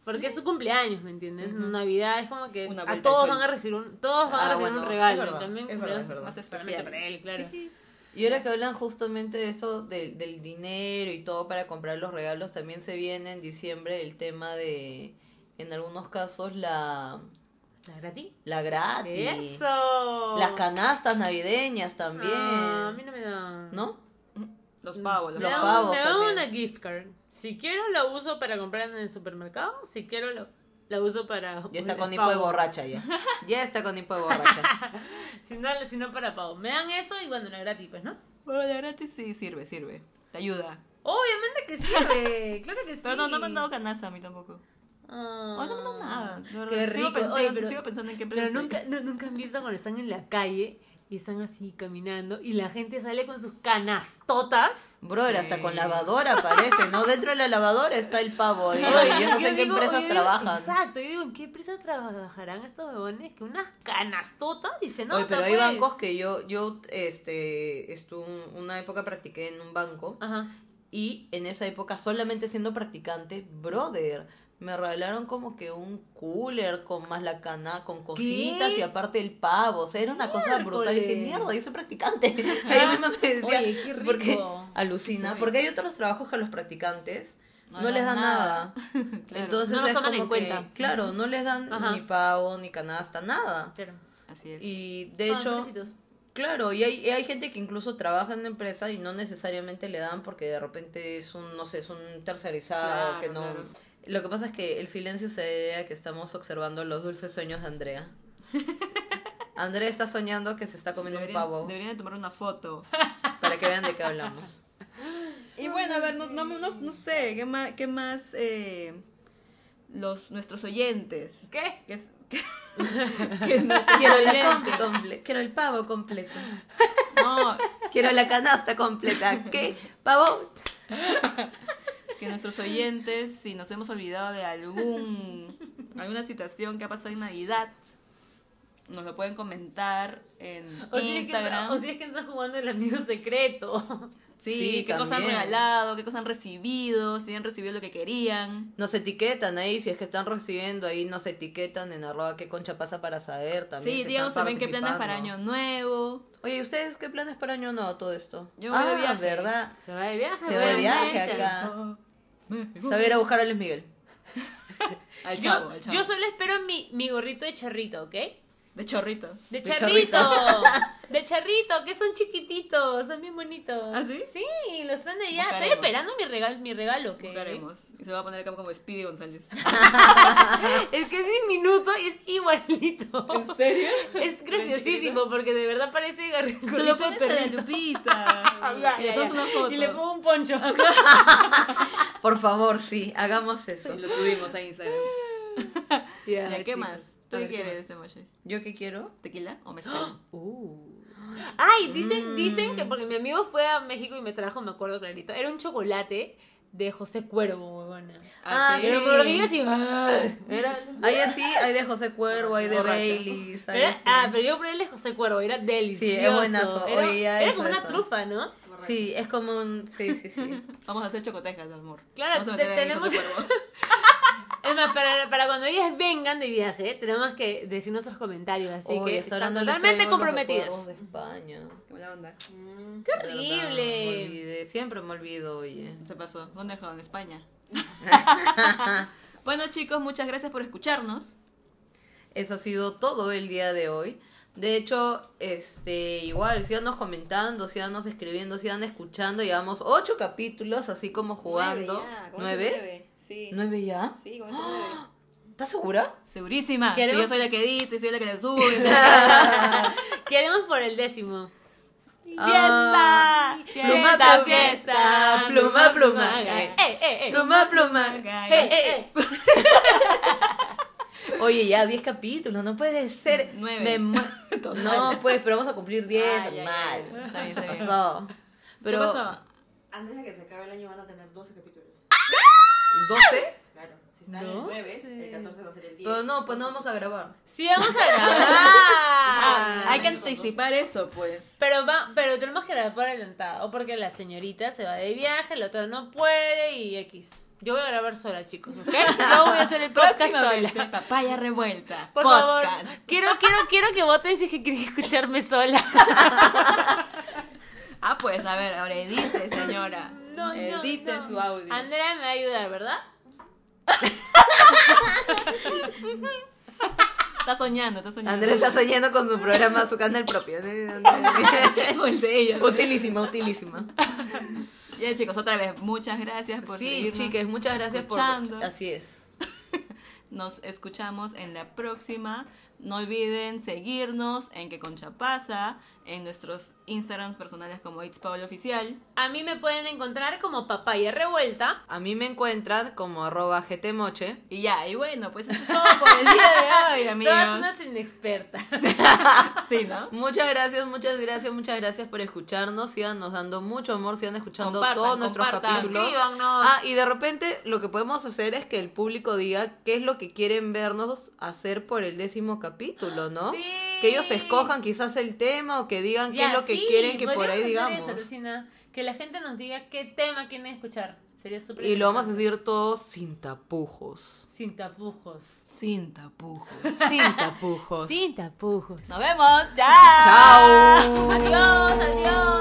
B: Porque es su cumpleaños, ¿me entiendes?
C: Ujú.
B: Navidad es como que
A: Una
B: a
A: vuelta
B: todos
A: al sol.
B: van a recibir un, todos van
C: Ah,
B: a recibir
C: bueno,
B: un regalo.
C: es verdad,
B: También
C: es verdad,
B: cumpleaños
C: es verdad.
A: Más
B: especialmente
A: especial.
B: para él, claro.
C: Y ahora que hablan justamente de eso, del, del dinero y todo para comprar los regalos, también se viene en diciembre el tema de, en algunos casos, la,
B: ¿La gratis?
C: la gratis.
B: ¡Eso!
C: Las canastas navideñas también.
B: Ah, a mí no me da.
C: ¿No?
A: Los pavos, los
B: me
C: Los
B: da
A: pavos.
B: un-
C: pavos
B: me da
C: también.
B: una gift card. Si quiero la uso para comprar en el supermercado, si quiero la, la uso para...
C: Ya está
B: el
C: con hipo de
B: pavo.
C: borracha ya. Ya está con hipo de borracha.
B: Si no, si no para pavo. Me dan eso y bueno, la gratis, pues, ¿no?
A: Bueno, la gratis sí sirve, sirve. Te ayuda.
B: Obviamente que sirve, claro que sí.
A: Pero no, no me han dado canasta a mí tampoco.
B: Ah.
A: Oh, no me han dado nada. de verdad.
B: Qué
A: sigo,
B: rico.
A: pensando,
B: Oye, pero,
A: sigo pensando en qué
B: pero
A: empresa. soy.
B: nunca, no- nunca han visto cuando están en la calle Y están así caminando y la gente sale con sus canastotas.
C: Brother, hasta
A: Sí.
C: con lavadora parece, ¿no? Dentro de la lavadora está el pavo. Y, y yo no sé en qué
B: digo, yo
C: empresas
B: digo,
C: trabajan.
B: Exacto, yo digo, ¿en qué empresa trabajarán estos huevones? Que unas canastotas y se nota,
C: Oye, pero hay
B: pues.
C: bancos que yo, yo, este, estuve un- una época practiqué en un banco
B: Ajá.
C: y en esa época solamente siendo practicante, brother, me regalaron como que un cooler con más la cana, con cositas y aparte el pavo, o sea, era una cosa brutal. Y dije,
B: Miércoles.
C: mierda, yo soy practicante.
B: Ah,
C: Ahí misma me decía,
B: Oye, qué rico.
C: porque alucina,
A: Soy.
C: porque hay otros trabajos que a los practicantes no, les dan nada.
A: Claro,
C: Entonces
B: No los
C: es
B: toman
C: como
B: en
C: que,
B: cuenta.
C: claro, no les dan
B: Ajá.
C: ni pavo, ni canasta, nada.
B: Claro.
A: así es.
C: Y de
B: Ah,
C: hecho,
B: pobrecitos.
C: claro, y hay, y hay gente que incluso trabaja en una empresa y no necesariamente le dan porque de repente es un, no sé, es un tercerizado
A: Claro,
C: que no...
A: claro.
C: Lo que pasa es que el silencio se debe a que estamos observando los dulces sueños de Andrea. Andrea está soñando que se está comiendo
A: Deberían,
C: un pavo
A: deberían de tomar una foto.
C: para que vean de qué hablamos.
A: Y bueno, a ver, no, no, no, no sé, ¿qué más, qué más eh, los, nuestros oyentes?
B: ¿Qué?
A: Que, es- que, que nuestros
C: Quiero la
A: oyentes-
C: combi comple- quiero el pavo completo.
A: No,
C: Quiero la canasta completa. ¿Qué? Pavo,
A: que nuestros oyentes, si nos hemos olvidado de algún alguna situación que ha pasado en Navidad, nos lo pueden comentar en
B: O si, es que,
A: Instagram.
B: o si es que estás jugando el amigo secreto.
A: sí,
C: Sí,
A: qué cosas han
C: también.
A: regalado, qué cosas han recibido, si han recibido lo que querían.
C: Nos etiquetan ahí, si es que están recibiendo ahí, nos etiquetan en arroba qué concha pasa para saber también.
A: sí,
C: si
A: díganos
C: están
A: también qué planes para Año
C: participando.
A: Nuevo.
C: Oye, ¿y ustedes qué planes para año nuevo todo esto?
A: Yo
C: ah,
A: voy de viaje.
C: ¿verdad?
B: Se va de viaje.
C: Se va de
B: huevón,
C: viaje
B: neta.
C: acá. Saber a buscar a Luis Miguel.
A: Al
B: Yo,
A: chavo, al chavo.
B: yo solo espero mi, mi gorrito de charrito, ¿ok?
A: De chorrito.
B: De
C: De
B: charrito.
C: charrito.
B: De charrito, que son chiquititos, son bien bonitos.
A: ¿Ah, sí?
B: Sí, los están allá. Estoy
A: Buscaremos.
B: esperando mi regalo, mi regalo, ¿ok?
A: Buscaremos. Y se va a poner acá como Speedy González.
B: Es que es diminuto y es igualito.
A: ¿En serio?
B: Es graciosísimo porque de verdad parece gargantito
A: Se lo pones a la Lupita.
B: Ya,
A: y le
B: ya,
A: tomas
B: ya.
A: una foto.
B: Y le pongo un poncho.
C: Por favor, sí, hagamos eso.
A: Y lo subimos eh. a Instagram.
B: Ya,
A: ¿Ya qué
B: chicos.
A: más? ¿Tú
B: A
A: qué
B: ver, ¿qué
A: quieres de Moche?
C: ¿Yo qué quiero?
A: ¿Tequila o mezcal?
B: Uh. Ay, dicen,
C: Mm.
B: dicen que porque mi amigo fue a México y me trajo, me acuerdo clarito, era un chocolate de José Cuervo, huevona.
C: Ah,
A: sí.
B: Era un
C: sí.
B: bolognese y ¡ay! era,
C: Hay así, hay de José Cuervo, hay de
A: Borracha.
C: Baileys. hay
B: era-
C: así.
B: ah, pero yo probé el de José Cuervo, era delicioso.
C: buenazo.
B: Era,
C: Oye, ya
B: era
C: hizo
B: como una
C: eso.
B: trufa, ¿no?
C: Sí, es como un... Sí, sí, sí.
A: Vamos a hacer chocotejas, amor.
B: Claro,
A: Vamos a
B: te-
A: meter ahí José
B: tenemos-
A: Cuervo.
B: Es más, para, para cuando ellas vengan de viaje, tenemos que decir nuestros comentarios, así
C: Oye,
B: que
C: hasta
B: están
C: ahora no les
B: totalmente
C: traigo los
B: comprometidas.
C: recuerdos de España.
A: Qué mala onda.
B: ¡Qué
C: Verdad, me
B: horrible!
C: olvidé. Siempre me olvido, oye.
A: Se pasó. ¿Dónde dejó? En España. bueno, chicos, muchas gracias por escucharnos.
C: Eso ha sido todo el día de hoy. De hecho, este, igual, síganos comentando, síganos escribiendo, sigan escuchando. Llevamos ocho capítulos, así como jugando. ¿Nueve?
A: Sí.
C: ¿Nueve ya?
A: Sí, con
C: ¿Estás segura?
A: Segurísima. Si
B: ¿Queremos?
A: yo soy la que edita, y soy la que le sube. soy-
B: Queremos por el décimo.
A: ¡Fiesta!
C: Pluma,
A: ¡Fiesta,
C: pluma,
A: fiesta!
C: pluma, pluma.
B: ¡Eh, eh, eh!
C: Pluma, pluma.
B: ¡Eh,
A: Gaya.
B: eh!
C: Oye, ya, diez capítulos, no puede ser.
A: Nueve.
C: Me mu- no, pues, pero vamos a cumplir diez,
A: Ay, ay,
C: mal.
A: ay, Está bien,
C: ¿Qué
A: está bien.
C: pasó? Pero,
A: ¿Qué pasó?
D: Antes de que se acabe el año van a tener 12 capítulos.
C: ¿doce?
D: Claro. Si están en el 9, el 14 va a ser el 10.
C: Pero no, pues no vamos a grabar.
B: Sí, vamos a
A: Ah, hay
B: grabar.
A: que anticipar eso, pues.
B: Pero, va, pero tenemos que grabar por adelantado. Porque la señorita se va de viaje, la otra no puede y X. Yo voy a grabar sola, chicos, ¿ok? Yo voy a hacer el podcast
A: Próximamente,
B: sola.
A: papaya revuelta.
B: Por
A: podcast.
B: favor, quiero, quiero, quiero que voten si es que quieren escucharme sola.
A: Ah, pues, a ver, ahora edite, señora.
B: No, no,
A: edite
B: no.
A: su audio.
B: Andrea me va a ayudar, ¿verdad?
A: Está soñando, está soñando.
C: Andrés está soñando con su programa, su canal propio. ¿no? Andrés.
A: O el de ella.
C: Pues- utilísima, utilísima.
A: Ya, chicos, otra vez, muchas gracias por
C: Sí,
A: seguirnos.
C: chiques, muchas gracias
A: escuchando.
C: por... Así es.
A: Nos escuchamos en la próxima No olviden seguirnos en Que Concha Pasa, en nuestros Instagrams personales como It's Paola Oficial.
B: A mí me pueden encontrar como papaya revuelta.
C: A mí me encuentran como arroba gtmoche.
A: Y ya, y bueno, pues eso es todo por el día de hoy, amigos.
B: Todas unas inexpertas.
A: Sí, ¿no?
C: Muchas gracias, muchas gracias, muchas gracias por escucharnos. Síganos dando mucho amor, sigan escuchando
A: Compartan,
C: todos nuestros
A: compartan.
C: capítulos.
B: Escríbanos.
C: Ah, y de repente lo que podemos hacer es que el público diga qué es lo que quieren vernos hacer por el décimo capítulo, ¿no?
B: Sí.
C: Que ellos escojan quizás el tema o que digan qué
B: Ya,
C: es lo que
B: sí,
C: quieren que por ahí
B: podríamos hacer
C: digamos.
B: eso, Lucina. que la gente nos diga qué tema quieren escuchar. Sería súper
C: y lo vamos a
B: interesante.
C: decir todo sin tapujos.
B: Sin tapujos.
A: Sin tapujos.
C: Sin tapujos.
B: Sin tapujos.
A: Nos vemos. Chao.
C: Chao.
B: Adiós, adiós.